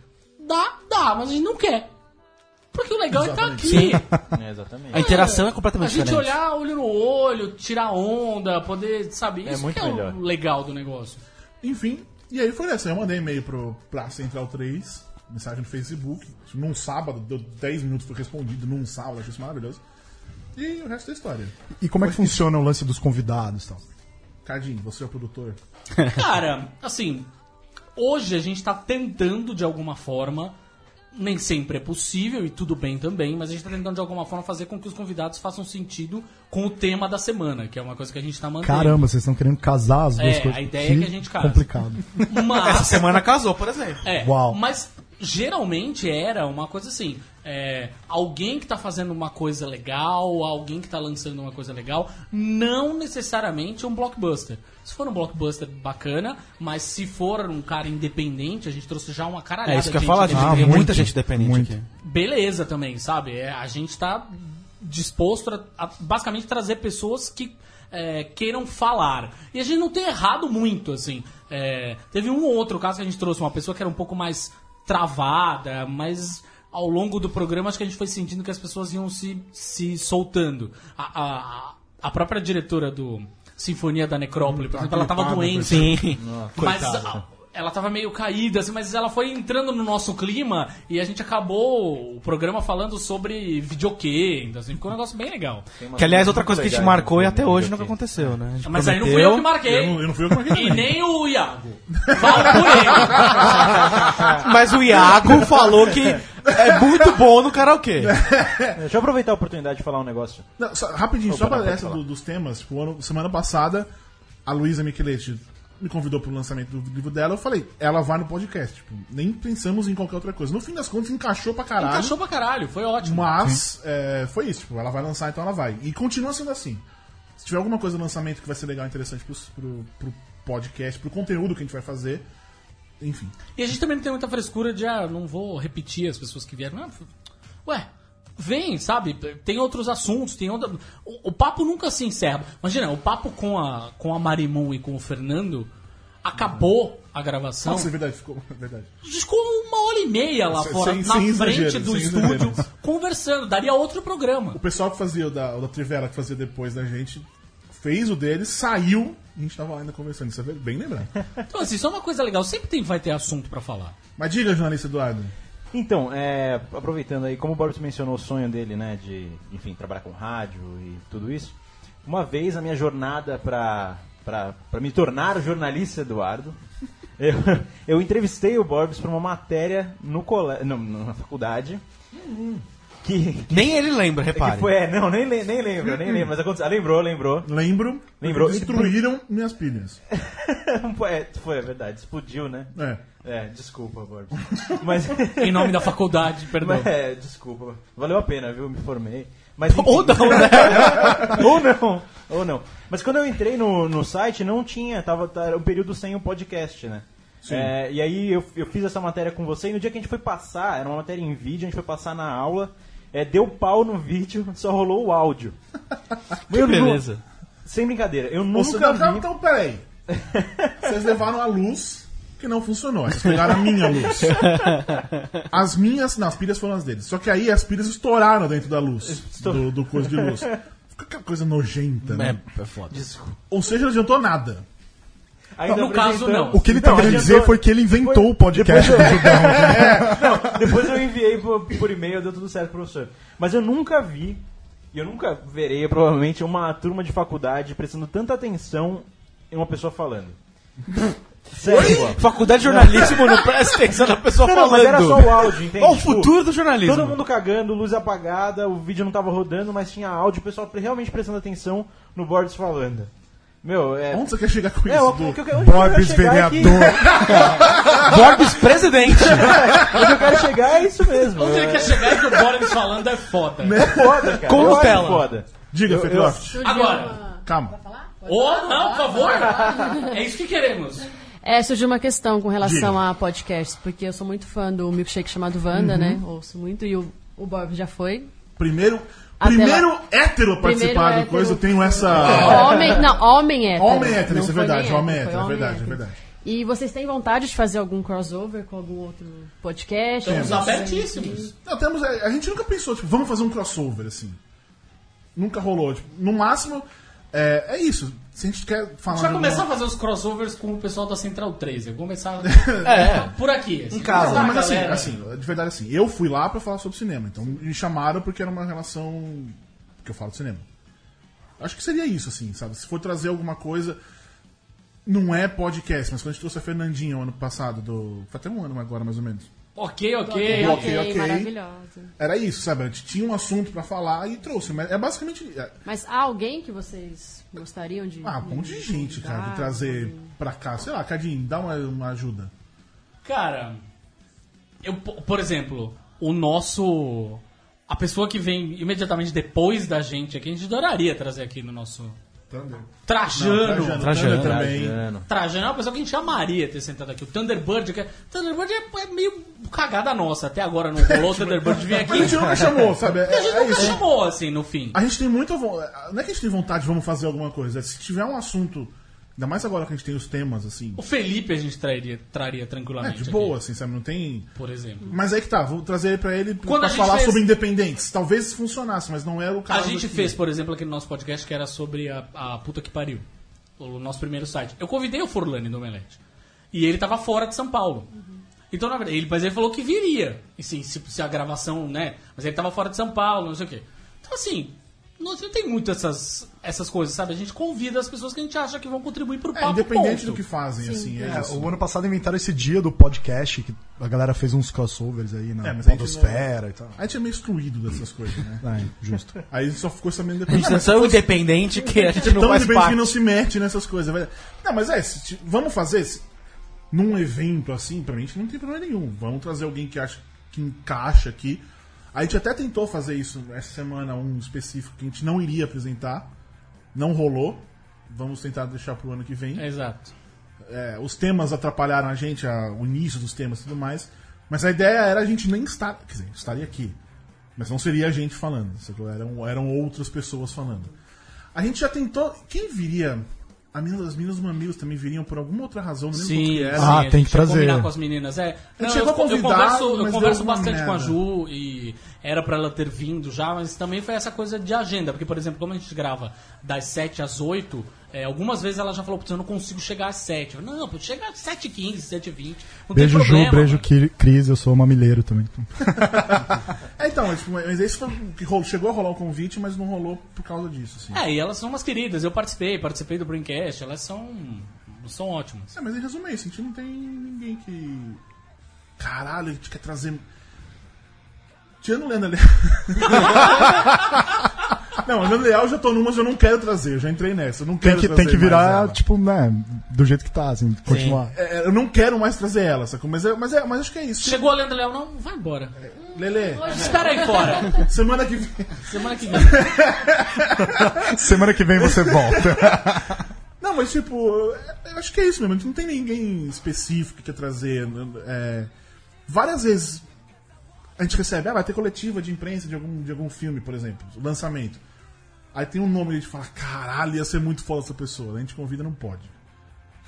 Speaker 6: Dá, dá, mas a gente não quer. Porque o legal é estar aqui.
Speaker 9: É, exatamente.
Speaker 11: A interação é
Speaker 6: A
Speaker 11: completamente
Speaker 6: gente
Speaker 11: diferente.
Speaker 6: olhar olho no olho, tirar onda, poder, sabe, isso
Speaker 9: muito
Speaker 6: que é
Speaker 9: melhor.
Speaker 6: o legal do negócio.
Speaker 3: Enfim, e aí foi dessa. Eu mandei e-mail pro, pra Central 3, mensagem no Facebook. Num sábado, deu 10 minutos, foi respondido num sábado, achei isso maravilhoso. E o resto da história.
Speaker 10: E como é que funciona o lance dos convidados e tal?
Speaker 3: Cardinho, você é o produtor.
Speaker 6: Cara, assim, hoje a gente tá tentando de alguma forma, nem sempre é possível e tudo bem também, mas a gente tá tentando de alguma forma fazer com que os convidados façam sentido com o tema da semana, que é uma coisa que a gente tá mantendo.
Speaker 10: Caramba, vocês estão querendo casar as duas
Speaker 6: É,
Speaker 10: coisas.
Speaker 6: a ideia é que a gente casa.
Speaker 10: *laughs* Complicado.
Speaker 11: *laughs* Essa
Speaker 6: Mas
Speaker 11: semana casou, por exemplo.
Speaker 6: é,
Speaker 10: Uau.
Speaker 6: mas geralmente era uma coisa assim, é, alguém que tá fazendo uma coisa legal, alguém que tá lançando uma coisa legal, não necessariamente um blockbuster. Se for um blockbuster bacana, mas se for um cara independente, a gente trouxe já uma caralhada
Speaker 11: É isso que eu
Speaker 6: de
Speaker 11: ia falar,
Speaker 6: gente
Speaker 11: gente.
Speaker 10: Ah,
Speaker 11: Tem
Speaker 10: muito,
Speaker 11: muita gente dependente
Speaker 10: muito.
Speaker 11: aqui.
Speaker 6: beleza também, sabe? É, a gente tá disposto a, a basicamente trazer pessoas que é, queiram falar. E a gente não tem errado muito, assim. É, teve um ou outro caso que a gente trouxe uma pessoa que era um pouco mais travada, mas ao longo do programa acho que a gente foi sentindo que as pessoas iam se, se soltando. A, a, a própria diretora do Sinfonia da Necrópole, por exemplo, ela tava
Speaker 3: gripada,
Speaker 6: doente.
Speaker 11: Sim.
Speaker 6: Mas a- ela tava meio caída, assim, mas ela foi entrando no nosso clima e a gente acabou o programa falando sobre videokê, então, assim, ficou um negócio bem legal.
Speaker 11: Que aliás, outra coisa que a gente
Speaker 9: é
Speaker 11: marcou e
Speaker 9: né?
Speaker 11: até hoje nunca
Speaker 9: aconteceu.
Speaker 11: aconteceu, né? A gente
Speaker 6: Mas aí não fui
Speaker 11: prometeu.
Speaker 6: eu que marquei.
Speaker 3: Eu não, eu não fui eu que marquei
Speaker 6: E
Speaker 3: também.
Speaker 6: nem o Iago. Fala por ele.
Speaker 11: Mas o Iago falou que é muito bom no karaokê.
Speaker 9: Deixa eu aproveitar a oportunidade de falar um negócio.
Speaker 3: Não, só- rapidinho, só
Speaker 9: Opa,
Speaker 3: pra
Speaker 9: pode
Speaker 3: essa
Speaker 9: falar.
Speaker 3: do- dos temas, tipo, ano- semana passada, a Luísa Micheletti me convidou pro lançamento do livro dela, eu falei, ela vai no podcast, tipo, nem pensamos em qualquer outra coisa. No fim das contas, encaixou pra caralho.
Speaker 6: Encaixou pra caralho, foi ótimo.
Speaker 3: Mas é, foi isso, tipo, ela vai lançar, então ela vai. E continua sendo assim. Se tiver alguma coisa no lançamento que vai ser legal, interessante pro, pro, pro podcast, pro conteúdo que a gente vai fazer, enfim.
Speaker 6: E a gente também não tem muita frescura de, ah, não vou repetir as pessoas que vieram. Ah, Ué, vem, sabe? Tem outros assuntos, tem outra... o, o papo nunca se encerra. Imagina, o papo com a, com a Marimun e com o Fernando acabou a gravação.
Speaker 3: Nossa, é verdade, ficou. *laughs* é verdade.
Speaker 6: Ficou uma hora e meia lá
Speaker 3: Sem-
Speaker 6: fora,
Speaker 3: sem-
Speaker 6: na
Speaker 3: sem
Speaker 6: frente
Speaker 3: exagero,
Speaker 6: do
Speaker 3: sem
Speaker 6: estúdio,
Speaker 3: exagero.
Speaker 6: conversando. Daria outro programa.
Speaker 3: O pessoal que fazia o da, o da Trivela, que fazia depois da gente, fez o dele, saiu e a gente tava ainda conversando. Isso é bem
Speaker 9: *laughs*
Speaker 3: lembrado.
Speaker 6: Então, assim, isso é uma coisa legal. Sempre tem, vai ter assunto pra falar.
Speaker 3: Mas diga, jornalista Eduardo.
Speaker 9: Então, é, aproveitando aí, como o Boris mencionou o sonho dele, né, de, enfim, trabalhar com rádio e tudo isso, uma vez a minha jornada pra, pra, pra me tornar o jornalista Eduardo, *laughs* eu, eu entrevistei o Borbs pra uma matéria no cole... não, na faculdade, Que,
Speaker 11: Nem ele lembra, repare.
Speaker 9: que foi, é, não, nem, le- nem lembro,
Speaker 6: Hum,
Speaker 9: nem lembro, mas aconteceu. Ah, lembrou, lembrou. *laughs*
Speaker 3: Lembro.
Speaker 9: Lembrou. Tipo,
Speaker 3: Destruíram minhas pilhas.
Speaker 9: é, foi, é verdade, explodiu, né?
Speaker 3: É.
Speaker 9: É, desculpa,
Speaker 6: *laughs*
Speaker 9: Borbs. Mas,
Speaker 6: Em nome da faculdade,
Speaker 3: *laughs*
Speaker 6: perdão.
Speaker 9: mas, é, desculpa. Valeu a pena, viu? Me formei. Mas,
Speaker 6: Ou
Speaker 9: enfim.
Speaker 6: não,
Speaker 9: *laughs*
Speaker 6: né?
Speaker 9: ou não, ou não. Mas quando eu entrei no, no site, não tinha, tava, tá- era um período sem o podcast, né? É, e aí eu, eu fiz essa matéria com você, e no dia que a gente foi passar, era uma matéria em vídeo, a gente foi passar na aula, é, deu pau no *laughs* vídeo, só rolou o áudio.
Speaker 11: Que beleza.
Speaker 9: Sem brincadeira, eu
Speaker 3: Você
Speaker 9: *laughs* nunca
Speaker 3: não,
Speaker 9: vi...
Speaker 3: calma, então, peraí. Vocês levaram a luz que não funcionou. Vocês pegaram a minha luz. As minhas, não, as pilhas foram as deles. Só que aí as pilhas estouraram dentro da luz. Do, do coisa de luz. Fica aquela coisa nojenta, né?
Speaker 11: É, é foda.
Speaker 3: Ou seja, não adiantou nada.
Speaker 9: Ainda
Speaker 6: No caso,
Speaker 9: apresentando.
Speaker 10: O que ele tá
Speaker 9: Não,
Speaker 10: querendo
Speaker 9: adiantou-
Speaker 10: dizer foi que ele inventou o podcast.
Speaker 3: *laughs*
Speaker 9: Depois eu enviei por, por e-mail, deu tudo certo, professor. Mas eu nunca vi, e eu nunca verei, provavelmente, uma turma de faculdade prestando tanta atenção em uma pessoa falando. Sério, Bob.
Speaker 11: Faculdade de jornalismo não presta atenção na pessoa
Speaker 9: Não, não,
Speaker 11: Tá falando.
Speaker 9: mas era só o áudio, entende?
Speaker 11: Qual o
Speaker 9: Tipo,
Speaker 11: futuro do jornalismo?
Speaker 9: Todo mundo cagando, luz apagada, o vídeo não tava rodando, mas tinha áudio, o pessoal pre- realmente prestando atenção no Borges falando. Meu, é.
Speaker 3: Onde você quer chegar com
Speaker 9: É,
Speaker 3: isso,
Speaker 9: o
Speaker 3: Du?
Speaker 9: que eu, onde eu quero
Speaker 10: Borbs,
Speaker 9: chegar é que-
Speaker 10: vereador.
Speaker 9: *laughs*
Speaker 11: Borbes presidente.
Speaker 9: Onde eu quero chegar é isso mesmo.
Speaker 6: Onde ele quer chegar é que o Boris falando é foda.
Speaker 9: É foda, cara.
Speaker 11: Com
Speaker 9: eu acho
Speaker 11: tela.
Speaker 9: foda.
Speaker 3: Diga, Fecroft.
Speaker 6: Agora.
Speaker 3: Calma.
Speaker 6: Ou não, por favor. É isso que queremos.
Speaker 4: É, surgiu uma questão com relação
Speaker 3: Diga.
Speaker 4: a podcasts, porque eu sou muito fã do milkshake chamado Wanda, né?
Speaker 3: Uhum.
Speaker 4: Ouço muito e o, o Bob já foi.
Speaker 3: Primeiro,
Speaker 4: Até
Speaker 3: primeiro
Speaker 4: lá.
Speaker 3: hétero a participar do
Speaker 4: hétero.
Speaker 3: coisa, eu tenho essa.
Speaker 4: Homem, não, homem hétero.
Speaker 3: Homem hétero,
Speaker 4: Não
Speaker 3: isso é
Speaker 4: foi
Speaker 3: verdade.
Speaker 4: nem
Speaker 3: Homem
Speaker 4: foi
Speaker 3: hétero, é
Speaker 4: homem
Speaker 3: verdade, é
Speaker 4: hétero.
Speaker 3: verdade.
Speaker 4: E vocês têm vontade de fazer algum crossover com algum outro podcast?
Speaker 6: Estamos abertíssimos.
Speaker 3: Não, temos, a a gente nunca pensou, tipo, vamos fazer um crossover, assim. Nunca rolou. Tipo, no máximo, é, é isso. Se a gente quer falar.
Speaker 6: A gente vai
Speaker 3: de
Speaker 6: começar a
Speaker 3: alguma-
Speaker 6: fazer os crossovers com o pessoal da Central 3. Eu vou
Speaker 3: *laughs*
Speaker 6: começar por aqui. Em né,
Speaker 3: Não, É. mas assim, assim, de verdade, assim, eu fui lá pra falar sobre cinema. Então me chamaram porque era uma relação que eu falo de cinema. Acho que seria isso, assim, sabe? Se for trazer alguma coisa. Não é podcast, mas quando a gente trouxe a Fernandinha o ano passado, do. Foi até um ano agora, mais ou menos.
Speaker 6: Ok, ok.
Speaker 3: Bloco.
Speaker 4: Ok,
Speaker 3: Ok, ok.
Speaker 4: maravilhosa.
Speaker 3: Era isso, sabe? A gente tinha um assunto pra falar e trouxe. Mas é basicamente. é-
Speaker 4: Mas há alguém que vocês gostariam de.
Speaker 3: Ah, um monte de gente, cara, de trazer pra cá. Sei lá, Cadinho, dá uma, uma ajuda.
Speaker 6: Cara, eu, po- por exemplo, o nosso. A pessoa que vem imediatamente depois da gente aqui, a gente adoraria trazer aqui no nosso.
Speaker 3: Thunder.
Speaker 6: Trajano.
Speaker 3: Trajano,
Speaker 11: Trajano,
Speaker 3: também.
Speaker 6: Trajano é uma pessoa que a gente amaria ter sentado aqui. O Thunderbird, que é, Thunderbird é, é meio cagada nossa. Até agora não rolou o Thunderbird vir aqui.
Speaker 3: Mas *laughs* a gente nunca chamou, sabe? É,
Speaker 6: A gente
Speaker 3: é
Speaker 6: nunca
Speaker 3: isso.
Speaker 6: chamou, assim, no fim.
Speaker 3: A gente tem muita vontade. Não é que a gente tem vontade, vamos fazer alguma coisa. É se tiver um assunto. Ainda mais agora que a gente tem os temas, assim.
Speaker 6: O Felipe a gente traria, traria
Speaker 3: É,
Speaker 6: tranquilamente.
Speaker 3: de boa,
Speaker 6: aqui,
Speaker 3: assim, sabe? Não tem.
Speaker 6: por exemplo.
Speaker 3: Mas aí que tá, vou trazer ele pra ele
Speaker 6: Quando
Speaker 3: pra
Speaker 6: a gente
Speaker 3: falar
Speaker 6: fez-
Speaker 3: sobre independentes. Talvez funcionasse, mas não era o
Speaker 6: A
Speaker 3: caso.
Speaker 6: gente
Speaker 3: aqui.
Speaker 6: fez, por exemplo, aquele nosso podcast que era sobre a, a puta que pariu. O nosso primeiro site. Eu convidei o Forlani do Omelete. E ele tava fora de São Paulo.
Speaker 3: Uhum.
Speaker 6: Então, na verdade, ele, mas ele falou que viria. E sim, se, se a gravação, né? Mas ele tava fora de São Paulo, não sei o quê. Então, assim, nós não tem muito essas, essas coisas, sabe? A gente convida as pessoas que a gente acha que vão contribuir pro
Speaker 3: É,
Speaker 6: papo.
Speaker 3: independente
Speaker 6: ponto.
Speaker 3: do que fazem, assim. É,
Speaker 10: É,
Speaker 3: isso.
Speaker 10: o ano passado inventaram esse dia do podcast, que a galera fez uns crossovers aí na
Speaker 3: É, mas a gente
Speaker 10: Podosfera e tal.
Speaker 3: A gente é meio excluído dessas coisas, né?
Speaker 10: É, *laughs* justo.
Speaker 3: Aí a gente só ficou sabendo
Speaker 11: A
Speaker 3: depois. "Ah,
Speaker 11: gente é só o independente que a gente não
Speaker 3: Tão
Speaker 11: faz
Speaker 3: independente que
Speaker 11: parte.
Speaker 3: não se mete nessas coisas. vai- Não, mas é, se ti- vamos fazer se- num evento assim, pra mim, não tem problema nenhum. Vamos trazer alguém que acha que encaixa aqui. A gente até tentou fazer isso essa semana, um específico que a gente não iria apresentar. Não rolou. Vamos tentar deixar pro ano que vem.
Speaker 6: Exato.
Speaker 3: É, os temas atrapalharam a gente, a- o início dos temas e tudo mais. Mas a ideia era a gente nem estar. Quer dizer, estaria aqui. Mas não seria a gente falando, sacou? Eram, eram outras pessoas falando. A gente já tentou. Quem viria? A mina, as meninas mamilos também viriam por alguma outra razão, não lembro qual que
Speaker 6: Sim, é.
Speaker 3: era.
Speaker 6: sim,
Speaker 10: Ah,
Speaker 6: a gente
Speaker 10: tem que
Speaker 6: ia
Speaker 10: trazer.
Speaker 6: combinar com as meninas. É,
Speaker 3: gente
Speaker 6: Não, eu,
Speaker 3: chegou a
Speaker 6: eu
Speaker 3: convidar,
Speaker 6: converso, eu
Speaker 3: mas
Speaker 6: converso
Speaker 3: deu uma
Speaker 6: bastante com a
Speaker 3: merda.
Speaker 6: Ju e era pra ela ter vindo já, mas também foi essa coisa de agenda. Porque, por exemplo, como a gente grava das 7 às 8, é, algumas vezes ela já falou, putz, eu não consigo chegar às 7. Eu, não, pô, chega às 7h15, 7h20. Não
Speaker 10: Beijo,
Speaker 6: tem problema,
Speaker 10: Ju, beijo,
Speaker 6: mano.
Speaker 10: Ki- Cris, eu sou mamileiro também.
Speaker 3: *laughs* É, então, mas, tipo, mas esse foi o que rolou. Chegou a rolar o convite, mas não rolou por causa disso, assim.
Speaker 6: É, e elas são umas queridas. Eu participei, participei do Braincast. Elas são, são ótimas.
Speaker 3: É, mas em resumo é isso, a gente não tem ninguém que. Caralho, a gente quer trazer. Tirando o Leandro Leal. *laughs* não, o Leandro Leal eu já tô numas, eu não quero trazer, eu já entrei nessa. Eu não
Speaker 10: Tem
Speaker 3: quero
Speaker 10: que,
Speaker 3: trazer
Speaker 10: tem que
Speaker 3: mais ela.
Speaker 10: virar, tipo, né, do jeito que tá, assim, continuar.
Speaker 3: É, eu não quero mais trazer ela, sacou? Mas, é, mas, é, mas acho que é isso.
Speaker 6: Chegou a Leandro Leal, não? Vai embora.
Speaker 3: É. Lele.
Speaker 6: Hoje espera aí fora.
Speaker 3: *laughs* Semana que vem.
Speaker 6: Semana que vem.
Speaker 10: Semana que vem você volta.
Speaker 3: Não, mas tipo, eu acho que é isso mesmo. A gente não tem ninguém específico que quer trazer. é, várias vezes a gente recebe, ah, vai ter coletiva de imprensa de algum, de algum filme, por exemplo, o lançamento. Aí tem um nome e a gente fala, caralho, ia ser muito foda essa pessoa. A gente convida, não pode.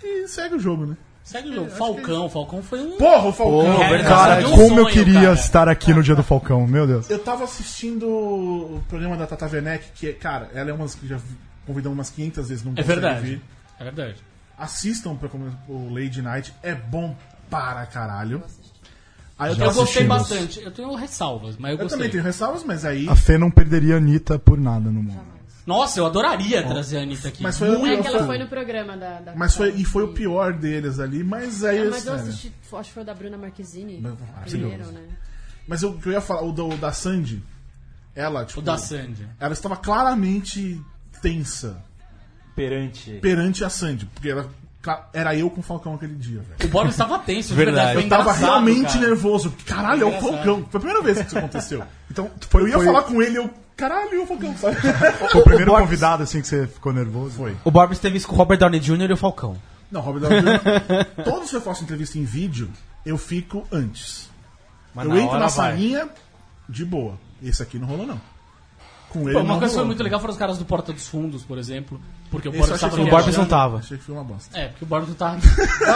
Speaker 3: E segue o jogo, né?
Speaker 6: Segue o jogo. Falcão, Falcão foi um.
Speaker 3: Porra, o Falcão!
Speaker 6: Cara,
Speaker 10: Cara,
Speaker 6: seria um
Speaker 10: como eu
Speaker 6: sonho,
Speaker 10: queria
Speaker 6: cara.
Speaker 10: estar aqui no dia do Falcão, meu Deus.
Speaker 3: Eu tava assistindo o programa da Tata Werneck, que, é, cara, ela é uma das que já vi- convidou umas 500 vezes, não
Speaker 6: É
Speaker 3: consegue
Speaker 6: verdade.
Speaker 3: vir.
Speaker 6: É verdade.
Speaker 3: Assistam pra, como- o Lady Night, é bom para caralho. Aí
Speaker 6: Eu
Speaker 3: tava
Speaker 6: gostei
Speaker 3: assistindo.
Speaker 6: bastante. Eu tenho ressalvas, mas eu
Speaker 3: Eu
Speaker 6: gostei.
Speaker 3: também tenho ressalvas, mas aí.
Speaker 10: A Fê não perderia a Anitta por nada no mundo.
Speaker 6: Nossa, eu adoraria trazer a Anitta aqui.
Speaker 3: Mas foi um
Speaker 6: Muito.
Speaker 3: o
Speaker 4: É que ela
Speaker 3: foi-
Speaker 4: foi no programa da. da
Speaker 3: Mas foi, e foi o pior deles ali, mas aí.
Speaker 4: É, mas eu
Speaker 3: né?
Speaker 4: assisti, acho que foi o da Bruna Marquezine.
Speaker 3: Mas- ah,
Speaker 4: Primeiro,
Speaker 3: maravilhoso.
Speaker 4: né?
Speaker 3: Mas eu, que eu ia falar, o da, o da Sandy, ela, tipo.
Speaker 6: O da Sandy.
Speaker 3: Ela estava claramente tensa
Speaker 9: Perante.
Speaker 3: perante a Sandy, porque era, ca- era eu com o Falcão aquele dia, velho.
Speaker 6: O Bob estava tenso, de
Speaker 9: Verdade.
Speaker 6: verdade. Foi
Speaker 3: Eu tava
Speaker 6: engraçado,
Speaker 3: realmente
Speaker 6: cara.
Speaker 3: nervoso, porque caralho, é o
Speaker 6: Engraçado.
Speaker 3: Falcão. Foi a primeira vez que isso aconteceu. Tipo,
Speaker 10: Então, tu
Speaker 3: eu
Speaker 10: foi,
Speaker 3: ia
Speaker 10: foi-
Speaker 3: falar com ele, eu. Caralho, é o Falcão. sabe?
Speaker 10: *laughs* foi o primeiro
Speaker 11: o Boris-
Speaker 10: convidado, assim, que você ficou nervoso? Foi.
Speaker 11: O Borbs teve isso com o Robert Downey Jr. e o Falcão.
Speaker 3: Não, Robert Downey Jr. Todos se eu faço entrevista em vídeo, eu fico antes.
Speaker 11: Mas
Speaker 3: eu
Speaker 11: na
Speaker 3: entro
Speaker 11: hora
Speaker 3: na
Speaker 11: vai.
Speaker 3: salinha de boa. Esse aqui não rolou, não. Com ele
Speaker 6: Pô,
Speaker 3: não
Speaker 6: uma coisa que foi
Speaker 3: rolou.
Speaker 6: muito legal foram os caras do Porta dos Fundos, por exemplo. Porque o
Speaker 3: Esse
Speaker 6: Borbs
Speaker 3: eu achei
Speaker 6: estava
Speaker 3: que
Speaker 11: O
Speaker 3: foi-
Speaker 11: Borbs não tava.
Speaker 3: Achei que foi uma bosta.
Speaker 6: É, porque o Borbs não tá. *laughs* É,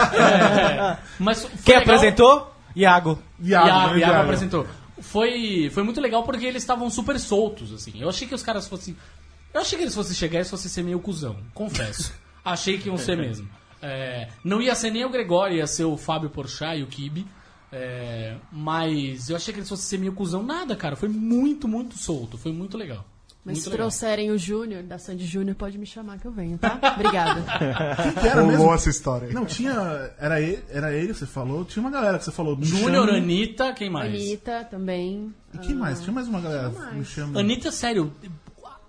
Speaker 6: é. Mas foi
Speaker 11: Quem
Speaker 6: legal-
Speaker 11: apresentou? Iago.
Speaker 3: Iago,
Speaker 6: Iago,
Speaker 3: grande
Speaker 6: Iago
Speaker 3: Iago.
Speaker 6: apresentou. Foi, foi muito legal porque eles estavam super soltos, assim. Eu achei que os caras fossem. Eu achei que eles fossem chegar e fossem ser meio cuzão, confesso. achei que iam ser mesmo. É, não ia ser nem o Gregório, ia ser o Fábio Porchat e o Kibe. É, mas eu achei que eles fossem ser meio cuzão. Nada, cara. Foi muito, muito solto. Foi muito legal.
Speaker 4: Mas se
Speaker 6: muito legal.
Speaker 4: trouxerem o Júnior, da Sandy Júnior, pode me chamar que eu venho,
Speaker 3: *laughs*
Speaker 4: tá?
Speaker 3: É
Speaker 4: Obrigada.
Speaker 3: Que era
Speaker 10: Rolou
Speaker 3: mesmo?
Speaker 10: essa história aí.
Speaker 3: Não, tinha. Era ele, era ele, você falou. Tinha uma galera que você falou. me
Speaker 6: Júnior,
Speaker 3: chama.
Speaker 6: Anitta, quem mais?
Speaker 4: Anitta também.
Speaker 3: E quem mais? Tinha mais uma galera. Me chama.
Speaker 6: Anitta, sério,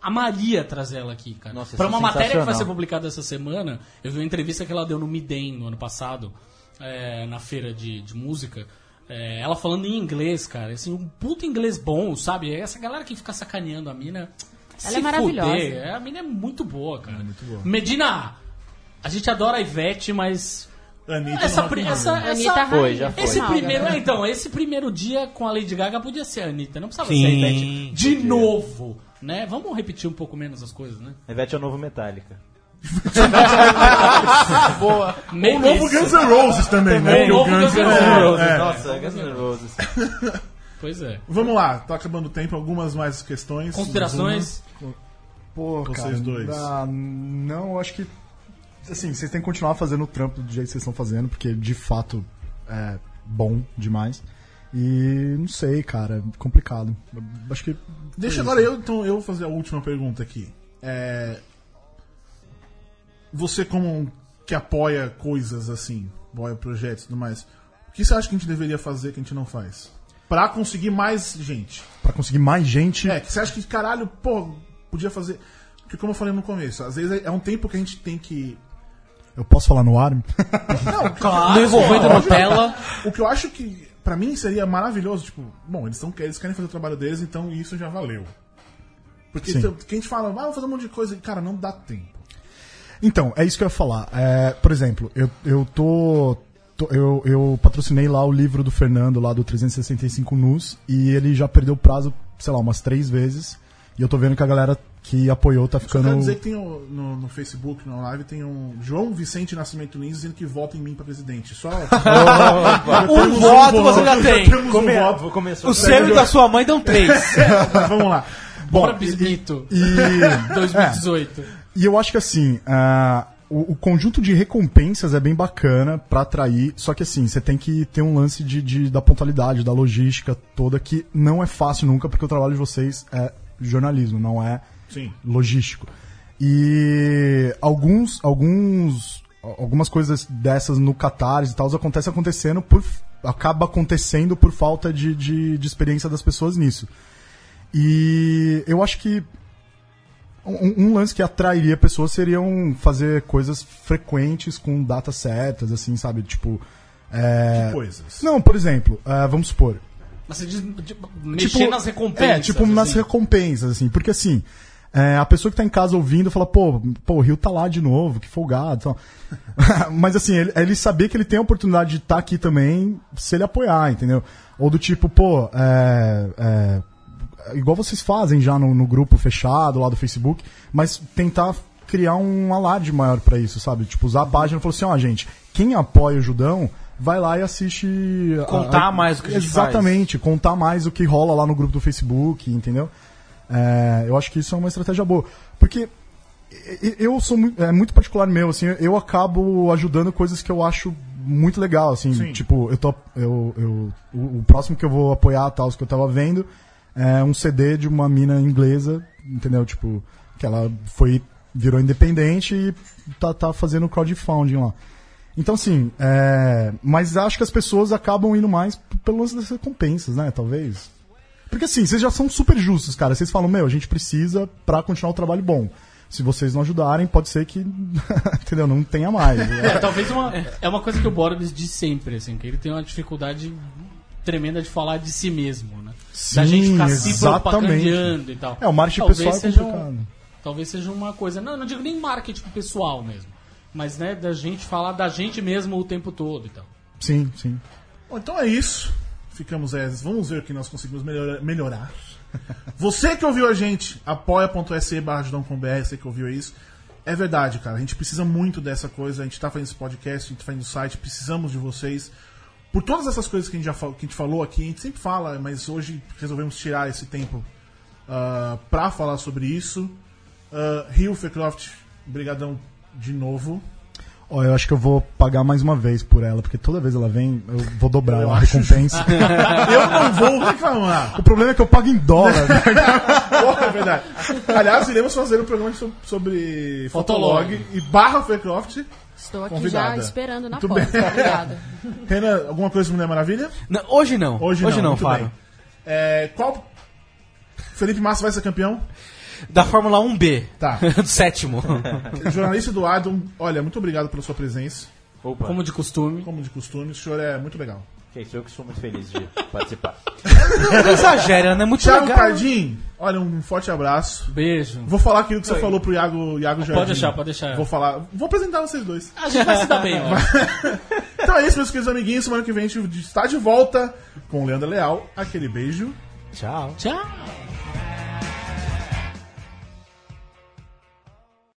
Speaker 6: amaria trazer ela aqui, cara.
Speaker 9: Nossa, isso
Speaker 6: pra
Speaker 9: é
Speaker 6: uma matéria que vai
Speaker 9: sensacional.
Speaker 6: ser publicada essa semana, eu vi uma entrevista que ela deu no Midem no ano passado, é, na feira de, de música. É, ela falando em inglês, cara. Assim, um puto inglês bom, sabe? Essa galera que fica sacaneando a mina. se
Speaker 4: é maravilhosa.
Speaker 6: fuder. É, a mina é muito boa, cara. Medina, a gente adora a Ivete, mas.
Speaker 3: Anitta.
Speaker 6: Essa,
Speaker 3: não
Speaker 6: pri-
Speaker 3: vai
Speaker 6: essa,
Speaker 4: Ah, Anitta é
Speaker 6: essa,
Speaker 4: Rainha.
Speaker 9: Foi, já foi.
Speaker 6: esse
Speaker 4: Mal,
Speaker 6: primeiro,
Speaker 4: galera.
Speaker 6: é, então, esse primeiro dia com a Lady Gaga podia ser a Anitta, não precisava
Speaker 11: Sim,
Speaker 6: ser a Ivete de
Speaker 9: podia.
Speaker 6: novo, né? Vamos repetir um pouco menos as coisas, né?
Speaker 9: A Ivete é o novo Metallica.
Speaker 6: Boa.
Speaker 3: O novo Guns N' Roses também, né? Porque
Speaker 6: Também.
Speaker 3: o
Speaker 6: Novo Guns N'
Speaker 3: é,
Speaker 6: Roses,
Speaker 3: é.
Speaker 9: Nossa, Guns N' Roses.
Speaker 6: Pois é.
Speaker 3: Vamos lá, tá acabando o tempo, algumas mais questões.
Speaker 6: Considerações?
Speaker 10: Pô,
Speaker 3: Vocês
Speaker 10: cara,
Speaker 3: dois.
Speaker 10: ah, não, eu acho que. Assim, vocês têm que continuar fazendo o trampo do jeito que vocês estão fazendo, porque de fato é bom demais. E não sei, cara, é complicado. Acho que.
Speaker 3: Deixa agora eu, então, eu fazer a última pergunta aqui. É, Você como um que apoia coisas assim, apoia projetos e tudo mais, o que você acha que a gente deveria fazer que a gente não faz? Pra conseguir mais gente.
Speaker 10: Pra conseguir mais gente.
Speaker 3: É, que você acha que, caralho, pô, podia fazer... Porque como eu falei no começo, às vezes é- é um tempo que a gente tem que...
Speaker 10: Eu posso falar no ar?
Speaker 3: Não,
Speaker 6: Não envolvendo Nutella.
Speaker 3: O que eu acho que, pra mim, seria maravilhoso, tipo, bom, eles, tão, eles querem fazer o trabalho deles, então isso já valeu. Porque
Speaker 10: Sim.
Speaker 3: tem- quem te fala, ah, vou fazer um monte de coisa, e, cara, não dá tempo.
Speaker 10: Então, é isso que eu ia falar. É, por exemplo, eu, eu tô. tô- eu, eu patrocinei lá o livro do Fernando, lá do 365 Nus, e ele já perdeu o prazo, sei lá, umas três vezes. E eu tô vendo que a galera que apoiou tá
Speaker 3: Eu
Speaker 10: ficando.
Speaker 3: quero dizer que tem o- no, no Facebook, na live, tem um João Vicente Nascimento Lins dizendo que vota em mim pra presidente.
Speaker 11: *laughs*
Speaker 3: Só.
Speaker 11: Um voto você já tem.
Speaker 3: Temos um
Speaker 9: Come-
Speaker 3: voto.
Speaker 9: vou começar.
Speaker 11: O seu e da sua mãe dão três.
Speaker 3: Vamos lá.
Speaker 6: Bora,
Speaker 3: Bom,
Speaker 6: Bisbito.
Speaker 10: E,
Speaker 6: 2018.
Speaker 10: e eu acho que assim, ah, o, o conjunto de recompensas é bem bacana pra atrair, só que assim, você tem que ter um lance de, de- da pontualidade, da logística toda, que não é fácil nunca, porque o trabalho de vocês é jornalismo, não é
Speaker 3: Sim.
Speaker 10: logístico. E alguns, alguns, algumas coisas dessas no Catarse e tal acontece acontecendo por acaba acontecendo por falta de, de, de experiência das pessoas nisso. E eu acho que um, um lance que atrairia pessoas seriam fazer coisas frequentes com datas certas, assim, sabe? Tipo. É...
Speaker 3: Que coisas?
Speaker 10: Não, por exemplo, é, vamos supor.
Speaker 6: Mas você diz tipo, de- mexer nas recompensas.
Speaker 10: É, tipo nas
Speaker 6: assim.
Speaker 10: recompensas, assim. Porque assim, é, a pessoa que tá em casa ouvindo fala, pô, pô, o Rio tá lá de novo, que folgado. Tal. *laughs* Mas assim, ele, ele saber que ele tem a oportunidade de estar aqui também, se ele apoiar, entendeu? Ou do tipo, pô, é, é, igual vocês fazem já no, no grupo fechado lá do Facebook, mas tentar criar um alarde maior pra isso, sabe? Tipo, usar a página e falar assim, ó, gente, quem apoia o Judão, vai lá e assiste... a-
Speaker 11: Contar
Speaker 10: a-
Speaker 11: mais o que a gente faz.
Speaker 10: Exatamente gente, contar mais o que rola lá no grupo do Facebook, entendeu? É, eu acho que isso é uma estratégia boa. Porque e- e- eu sou muito, é muito particular meu, assim, eu acabo ajudando coisas que eu acho muito legal, assim,
Speaker 3: Sim.
Speaker 10: tipo, eu tô, eu, eu- o, o próximo que eu vou apoiar, tal, os que eu tava vendo, é um CD de uma mina inglesa, entendeu? Tipo, que ela foi, virou independente e tá, tá fazendo crowdfunding lá. Então, assim, é, mas acho que as pessoas acabam indo mais p- pelo lance das recompensas, né, talvez. Porque assim, vocês já são super justos, cara. Vocês falam, meu, a gente precisa pra continuar o trabalho bom. Se vocês não ajudarem, pode ser que, *laughs* entendeu, não tenha mais. *laughs*
Speaker 6: É, talvez uma, é uma coisa que o Borbs diz sempre, assim, que ele tem uma dificuldade tremenda de falar de si mesmo, né? da
Speaker 10: Sim,
Speaker 6: gente ficar se
Speaker 10: exatamente.
Speaker 6: propagandeando e tal.
Speaker 10: É, o marketing pessoal é
Speaker 6: seja um-
Speaker 10: complicado.
Speaker 6: talvez seja uma coisa. Não, eu não digo nem marketing pessoal mesmo. Mas, né, da gente falar da gente mesmo o tempo todo e tal.
Speaker 10: Sim, sim.
Speaker 3: Bom, então é isso. Ficamos essas. Vamos ver o que nós conseguimos melhora- melhorar. *laughs* Você que ouviu a gente, apoia.se barra Judão com BR, você que ouviu isso. É verdade, cara. A gente precisa muito dessa coisa. A gente tá fazendo esse podcast, a gente tá fazendo o site, precisamos de vocês. Por todas essas coisas que a gente já fal- que a gente falou aqui, a gente sempre fala, mas hoje resolvemos tirar esse tempo ah, pra falar sobre isso. Ah, Rio Fecroft, brigadão de novo.
Speaker 10: Ó, eu acho que eu vou pagar mais uma vez por ela, porque toda vez ela vem, eu vou dobrar
Speaker 3: Eu
Speaker 10: a
Speaker 3: acho
Speaker 10: recompensa.
Speaker 3: Eu não vou reclamar.
Speaker 10: *laughs* o problema é que eu pago
Speaker 3: *laughs*
Speaker 10: em dólar. né?
Speaker 3: Porra, é verdade. Aliás, iremos fazer um programa so- sobre Fotolog e barra Faircroft.
Speaker 4: Estou aqui
Speaker 3: Convidada.
Speaker 4: já esperando na
Speaker 3: Muito
Speaker 4: porta.
Speaker 3: bem.
Speaker 4: Obrigada.
Speaker 3: Renan, alguma coisa de Mulher Maravilha?
Speaker 11: hoje não.
Speaker 3: Hoje,
Speaker 11: Hoje não,
Speaker 3: muito
Speaker 11: Fábio.
Speaker 3: bem. É, qual. Felipe Massa vai ser campeão?
Speaker 11: Da Fórmula 1B.
Speaker 3: Tá.
Speaker 11: *laughs* Do sétimo.
Speaker 3: Jornalista Eduardo, olha, muito obrigado pela sua presença.
Speaker 9: Opa.
Speaker 6: Como de costume.
Speaker 3: Como de costume, o senhor é muito legal.
Speaker 9: Que isso, eu que sou muito feliz de participar.
Speaker 11: não exagera, né? Muito
Speaker 3: Thiago
Speaker 11: legal.
Speaker 3: Cardim, olha, um forte abraço.
Speaker 6: Beijo.
Speaker 3: Vou falar aquilo que você falou pro Iago, Iago Jardim.
Speaker 6: deixar, pode deixar.
Speaker 3: Vou falar. Vou apresentar vocês dois.
Speaker 6: A gente vai se dar bem, né? ó.
Speaker 10: *laughs*
Speaker 3: Então é isso, meus queridos amiguinhos. Semana que vem a gente está de volta com o Leandro Leal. Aquele beijo.
Speaker 11: Tchau.
Speaker 6: Tchau.